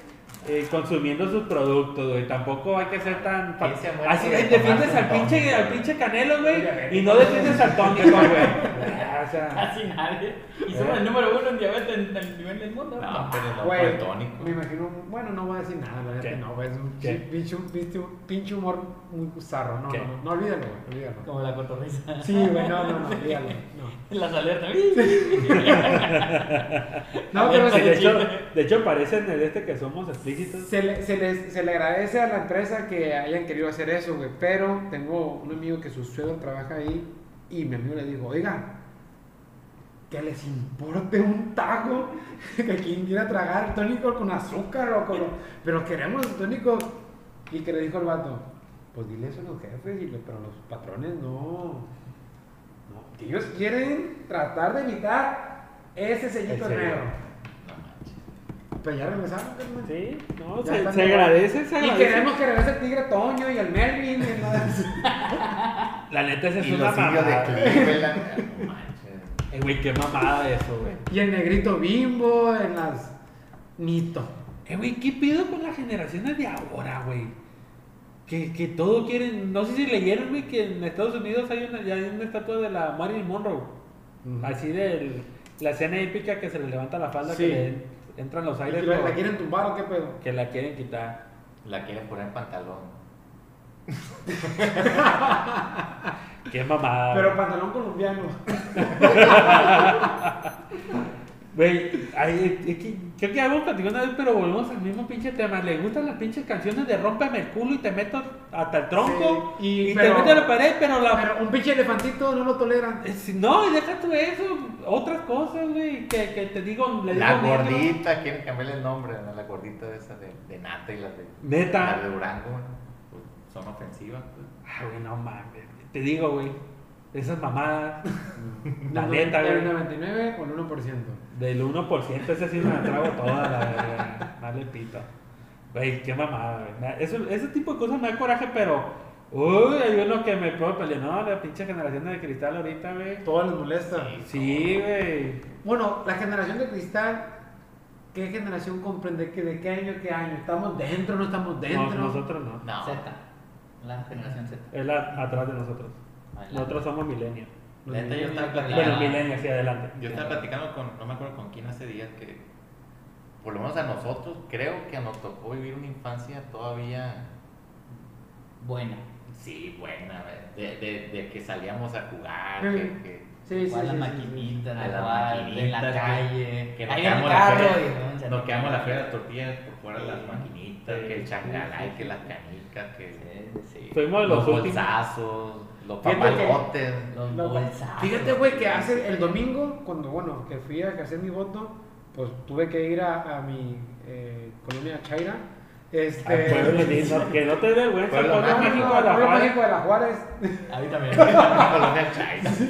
eh, consumiendo sus productos, güey. Tampoco hay que ser tan... ¿Quién se muere Así por eh, defiendes tomarse al un tónico? pinche, al pinche Canelo, güey, Obviamente. y no defiendes al tónico, güey. O sea, Casi nadie. Y somos Eh. el número uno en diabetes en el nivel del mundo. No, pero no fue Güey, el tónico. me imagino, bueno, no voy a decir nada, la ¿Qué? neta, no, güey, es un ¿Qué? pinche, pinche- pinche humor muy zarro, no, ¿Qué? no, no, no, olvídalo, güey, olvídalo. Como la cotorriza. Sí, güey, no, no, no, olvídalo, no. Las alertas. No, A pero ver, de se, hecho, de hecho parece en el este que somos explícitos. se le, se, les- se le agradece a la empresa que hayan querido hacer eso, güey, pero tengo un amigo que su suegro trabaja ahí y mi amigo le dijo, oiga, que les importe un taco que quien quiera tragar tónico con azúcar o con... Pero queremos tónico. Y que le dijo el vato, pues dile eso a los jefes, y le- pero los patrones no. No, que ellos quieren tratar de evitar ese sellito El sello. negro. Pero ya regresaron, carnal. Sí, no, Ya se, están se de- agradece, se Y agradece. queremos que regrese el tigre Toño y el Melvin. y el- La neta, esa es Y una los indios de mamada. Cleveland. no manches. Eh, güey, qué Ah, mamada eso, güey. Y el negrito bimbo en las... Nito. Eh, güey, ¿qué pido con las generaciones de ahora, güey? Que, que todo quieren. No sé si leyeron, güey, que en Estados Unidos hay una, ya hay una estatua de la Marilyn Monroe. Así de la escena épica que se le levanta la falda, Sí. que le en- entran los aires. ¿La, por- la quieren tumbar o qué pedo? Que la quieren quitar. La quieren poner en pantalón. Qué mamada. Pero pantalón colombiano. Güey, ay, es que, creo que habíamos platicado una vez, pero volvemos al mismo pinche tema. Le gustan las pinches canciones de Rómpeme el culo y te meto hasta el tronco Sí, y, y- te pero- meto a la pared, pero la. Pero un pinche elefantito no lo toleran. Eh, si- No, y deja tú eso, otras cosas, güey, que, que te digo. Le La digo negro. gordita, quieren cambiarle el nombre a la gordita de esa de, de nata y las de, Neta. las de Durango. pues, Son ofensivas. pues. Ah, güey, no mames. Te digo, güey, esas mamadas La No, no, neta, güey. ¿El 99 o el 1%? del 1%, ese sí me la trago toda, la verdad. Dale pito. Güey, qué mamada, güey. Me- Eso, ese tipo de cosas me da coraje, pero. Uy, hay uno que me puedo pelear. No, la pinche generación de cristal ahorita, güey. Todo les molesta. Sí, güey. Bueno, la generación de cristal, ¿qué generación comprende? ¿Que ¿De qué año, qué año? ¿Estamos dentro, no estamos No, dentro? nosotros no. No. Z. La generación Z. Él a- atrás de nosotros. Adelante. Nosotros somos millennials. La neta, yo estaba Bueno, platicando. millennials, sí, adelante. Yo estaba platicando con, no me acuerdo con quién hace días que, por lo menos a nosotros, creo que nos tocó vivir una infancia todavía, Buena. sí, buena, ¿eh? de, de, de que salíamos a jugar, que, que, Sí, sí, Igual sí, la sí, maquinita, A la la cual, en la maquinita, calle. que nos Ahí en el quedamos la carro. feria. y, ¿no? nos quedamos a la feria de las tortillas por fuera de las maquinitas, que el changalay, que las canicas, que Sí, sí. Fuimos de los, los últimos. bolsazos, los Fíjate que- papalotes. Los Lo- bolsazos. Fíjate, güey, que hace el domingo, cuando, bueno, que fui a hacer mi voto, pues tuve que ir a, a mi eh, colonia Chaira. Este, Al pueblo lindo, que no te dé vergüenza, Pueblo pueblo mágico, mágico de al la pueblo Juárez. mágico de la Juárez. A mí también. Colonia Chais.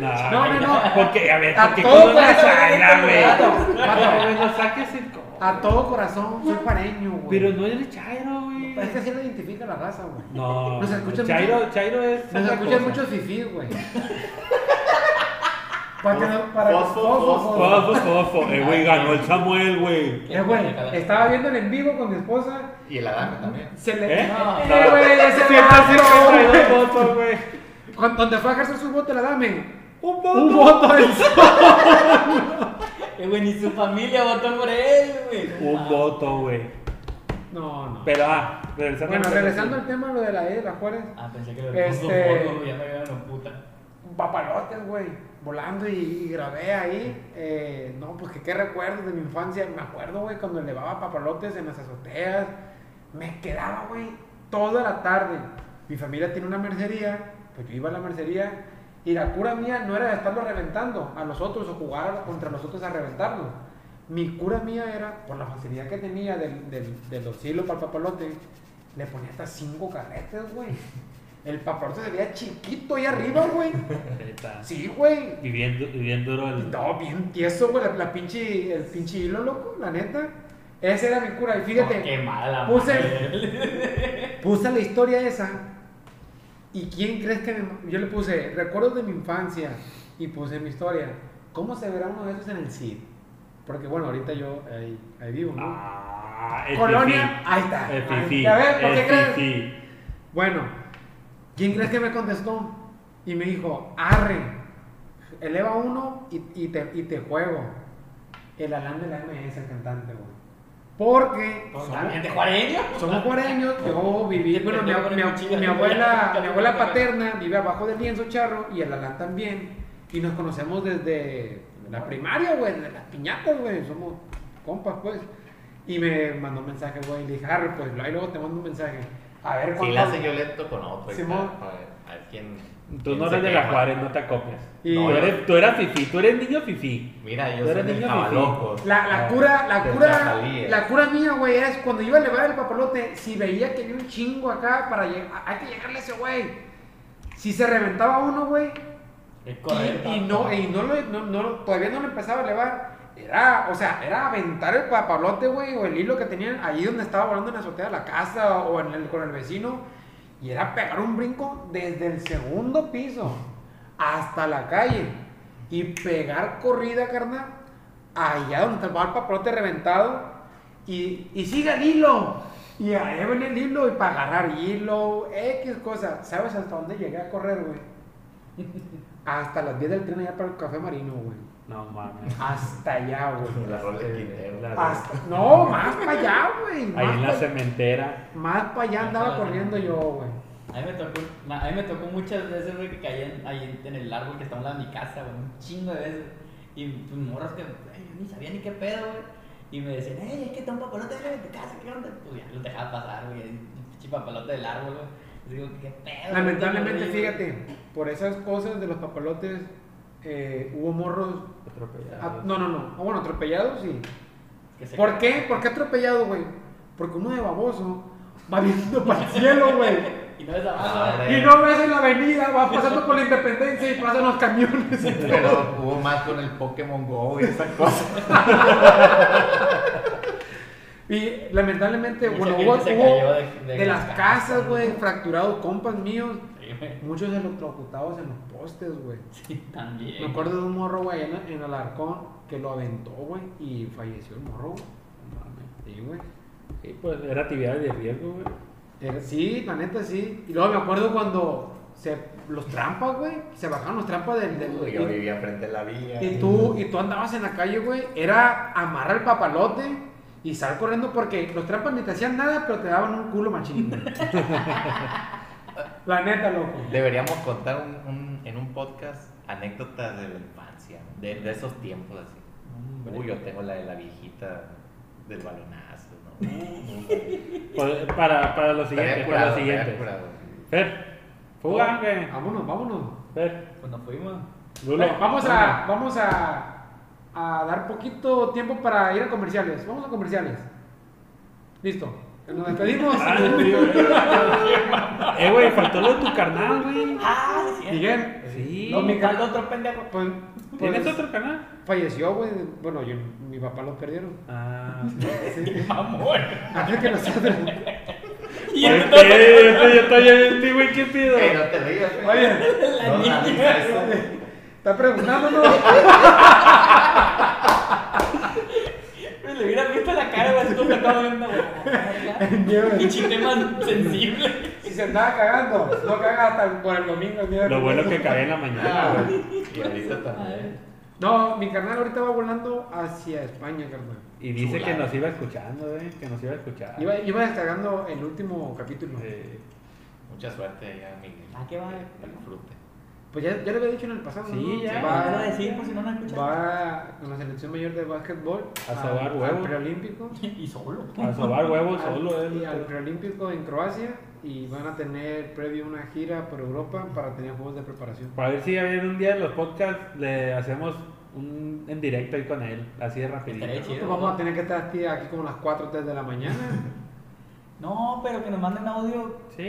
No, No, no, no. Porque, a ver, A porque todo con la pueblo chaira, mágico, güey. claro. No, güey, no saques el co- A todo corazón, soy pareño, güey. Pero no eres chairo, güey. güey. Es que así no identifica la raza, güey. No, Nos escuchan Chairo, mucho- Chairo es. Nos otra escuchan cosa. muchos fifís, güey. para que no. Para Fosfo, fosfo. fosfo. Fofo, fofo. Eh, güey, ganó el Samuel, güey. Eh, güey, estaba viendo el en vivo con mi esposa. Y el Adán también. Se le. ¿Eh? Eh, güey, ese vato, güey. 152 votos, güey. Cuando- Donde fue a ejercer su voto, la dame. Un Un voto del Eh, güey, ni su familia votó por él, güey. Un voto, güey. No, no. Pero ah, regresando Bueno, al- regresando al tema, lo de la E, de la Juárez. Ah, pensé que lo puso Este- foto, güey, ya me dieron la puta. papalotes, güey, volando y, y grabé ahí. eh, no, pues que qué recuerdos de mi infancia. Me acuerdo, güey, cuando elevaba papalotes en las azoteas. Me quedaba, güey, toda la tarde. Mi familia tiene una mercería, pues yo iba a la mercería. Y la cura mía no era de estarlo reventando a los otros o jugar contra los otros a reventarlos. Mi cura mía era, por la facilidad que tenía del, del, de los hilos para el papalote, le ponía hasta cinco carretes, güey. El papalote se veía chiquito ahí arriba, güey. Neta. Sí, güey. Viviendo, viviendo duro el. No, bien tieso, güey, la, la pinche, el pinche hilo, loco, la neta. Ese era mi cura. Y Oh, fíjate, Qué mala. Puse- madre. puse la historia esa. ¿Y quién crees que me- Yo le puse recuerdos de mi infancia y puse mi historia. ¿Cómo se verá uno de esos en el CID? Porque bueno, ahorita yo ahí, ahí vivo, ¿no? Ah, el Colonia, ahí está. fifí. El Ahí fifí. está. A ver, ¿por el qué crees? fifí. Bueno, ¿quién crees que me contestó? Y me dijo, arre, eleva uno y, y te, y te juego. El Alan de la MS, el cantante, güey. Porque Pues también de Juareño. somos cuareños, yo viví, bueno, mi, mi- mi- mi abuela, mi abuela paterna vive abajo del lienzo charro y el Alan también. Y nos conocemos desde la primaria, güey, desde las piñatas, güey, somos compas, pues. Y me mandó un mensaje, güey, y le dije, arre, pues, ahí luego te mando un mensaje. A ver, Si cuánto- la hace yo lento con otro. y Simón. tal, para ver- A ver quién. Tú quién no se eres de la quema. Juárez, no te acopias. Y- Tú, eres, tú eras fifí, tú eres niño fifí. Mira, yo Tú soy eres del niño Jabaloco. La, la cura, la Del cura, Tajalí, eh. la cura mía, güey, es cuando iba a elevar el papalote, si veía que había un chingo acá para llegar, hay que llegarle a ese güey. Si se reventaba uno, güey, Es correcto. y, y no, y no lo, no- no lo- todavía no lo empezaba a elevar, era, o sea, era aventar el papalote, güey, o el hilo que tenían ahí donde estaba volando en la azotea de la casa o en el- con el vecino, y era pegar un brinco desde el segundo piso hasta la calle y pegar corrida, carnal, allá donde estaba el papalote reventado y, y siga el hilo. Y ahí ven el hilo y para agarrar hilo, X cosas. ¿Sabes hasta dónde llegué a correr, güey? Hasta las 10 del tren allá para el café marino, güey. No mames. Eh, Hasta allá, güey. La rola de Quintero. La- Hasta- No, más para allá, güey. Ahí en la Más cementera. para allá andaba corriendo yo, güey. A mí me tocó, na- a mí me tocó muchas veces, güey, que caían ahí en, en el árbol que está a un lado de mi casa, güey, un chingo de veces. Y pues morras que, güey, yo ni sabía ni qué pedo, güey. Y me decían, hey, es que está un papalote de tu casa, ¿qué onda? Pues ya los dejaba pasar, güey, un pinche papalote del árbol, güey. Y digo, qué pedo. Lamentablemente, güey?" fíjate, por esas cosas de los papalotes, eh, hubo morros. ah, no, no, no. Ah, bueno, atropellados, sí. Que se- ¿Por qué? ¿Por qué atropellado, güey? Porque uno de baboso va viendo para el cielo, güey. Y no ves abajo, Madre. güey. Y no ves en la avenida, va pasando por la independencia y pasan los camiones. y todo. Pero hubo más con el Pokémon Go y esas cosas. Y lamentablemente, Mucha bueno, gente hubo, se hubo cayó de- de, de las las casas, casas, güey, fracturados, compas míos, Sí, güey. muchos electrocutados en los postes, güey. Sí, también. Me acuerdo de un morro, güey, en, en Alarcón, que lo aventó, güey, y falleció el morro, güey. Sí, güey. Sí, pues era actividad de riesgo, güey. Era- Sí, la neta, sí. Y luego me acuerdo cuando se, los trampas, güey, se bajaron los trampas del... del- Uy, Yo vivía frente a la villa. Y tú, y tú andabas en la calle, güey, era amarrar el papalote y sal corriendo porque los trampas ni te hacían nada, pero te daban un culo machín. güey. la neta, loco. Deberíamos contar un, un- en un podcast anécdotas de la infancia, ¿no? de, de esos tiempos así. Uy, yo tengo la de la viejita del balonazo, ¿no? Uh, Pues, para, para lo Estaría siguiente, para curado, lo estaría siguiente. curado. Fer, fuga, güey. Vámonos, vámonos. Fer, Pues nos fuimos. Lulo. Bueno, vamos a, vamos a, a dar poquito tiempo para ir a comerciales. Vamos a comerciales. Listo. Nos despedimos. Ah, tío, eh. Eh, güey, faltó lo de tu carnal, güey. Ah, sí, sí. Miguel, Sí. No, mi Falta otro pendejo. pues, ¿Tienes pues, otro canal? falleció, güey. Bueno, yo, mi papá lo perdieron. Ah, Sí. Mamón. Antes que nosotros. Y Oye, el este, este ya está ya en ti, güey, qué pedo. Ey, no te rías, güey. la No, niña. analiza eso, güey. Está preguntándonos. Pues le hubiera visto la cara, güey, así como acabo viendo, güey. Pinche tema sensible. Si se andaba cagando, no caga hasta por el domingo. el día de Lo bueno es que domingo. cagué en la Ah, mañana, güey. Y ahorita también. No, mi carnal ahorita va volando hacia España, carnal. Y dice Chulada. que nos iba escuchando, eh, que nos iba escuchando. Iba, iba descargando el último capítulo. Eh, Mucha suerte ya, Miguel. Ah, qué vale. Que Disfrute. Pues ya, ya lo había dicho en el pasado. Sí, ¿no? ya. Va a Va, decir por si no la escuchas. va con la selección mayor de básquetbol A sobar al- huevo. al preolímpico. Y solo. a sobar huevos al- solo, eh, y él. al preolímpico en Croacia y van a tener previo una gira por Europa para tener juegos de preparación. Para ver si en un día de los podcasts le hacemos un en directo ahí con él, así de rapidito. Estaría chido. Nosotros Pues vamos a tener que estar aquí, aquí como a las 4 o 3 de la mañana. No, pero que nos manden audio. Sí,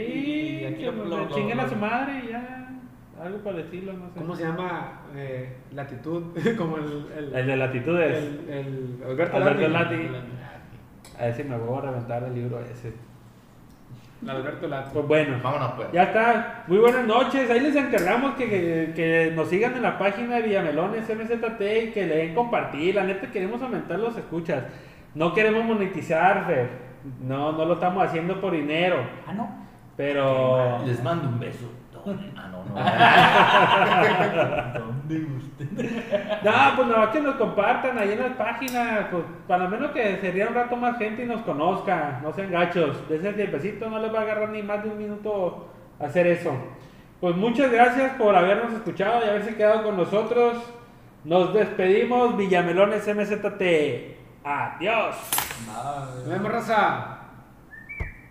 Y aquí que lo- lo- lo- chinguen a lo- su madre y ya. Algo por el estilo, no sé. ¿Cómo se llama? Eh, latitud, como el... el, El de latitudes. el- el- Alberto, Alberto Lati. Lati. A ver si me voy a reventar el libro ese. El Alberto Ah, Lati. Pues bueno, Vámonos, pues. ya está. Muy buenas noches. Ahí les encargamos que, que, que nos sigan en la página de Villamelones MZT y que le den compartir. La neta queremos aumentar los escuchas. No queremos monetizar, Fer. No, no lo estamos haciendo por dinero. Ah, no. Pero Les mando un beso. Ah, no, no. No, pues nada más que nos compartan ahí en las páginas, pues para lo menos que sería un rato más gente y nos conozca, no sean gachos, de ese tiempecito no les va a agarrar ni más de un minuto hacer eso. Pues muchas gracias por habernos escuchado y haberse quedado con nosotros. Nos despedimos, Villamelones MZT. Adiós. Nada, Nos vemos, raza.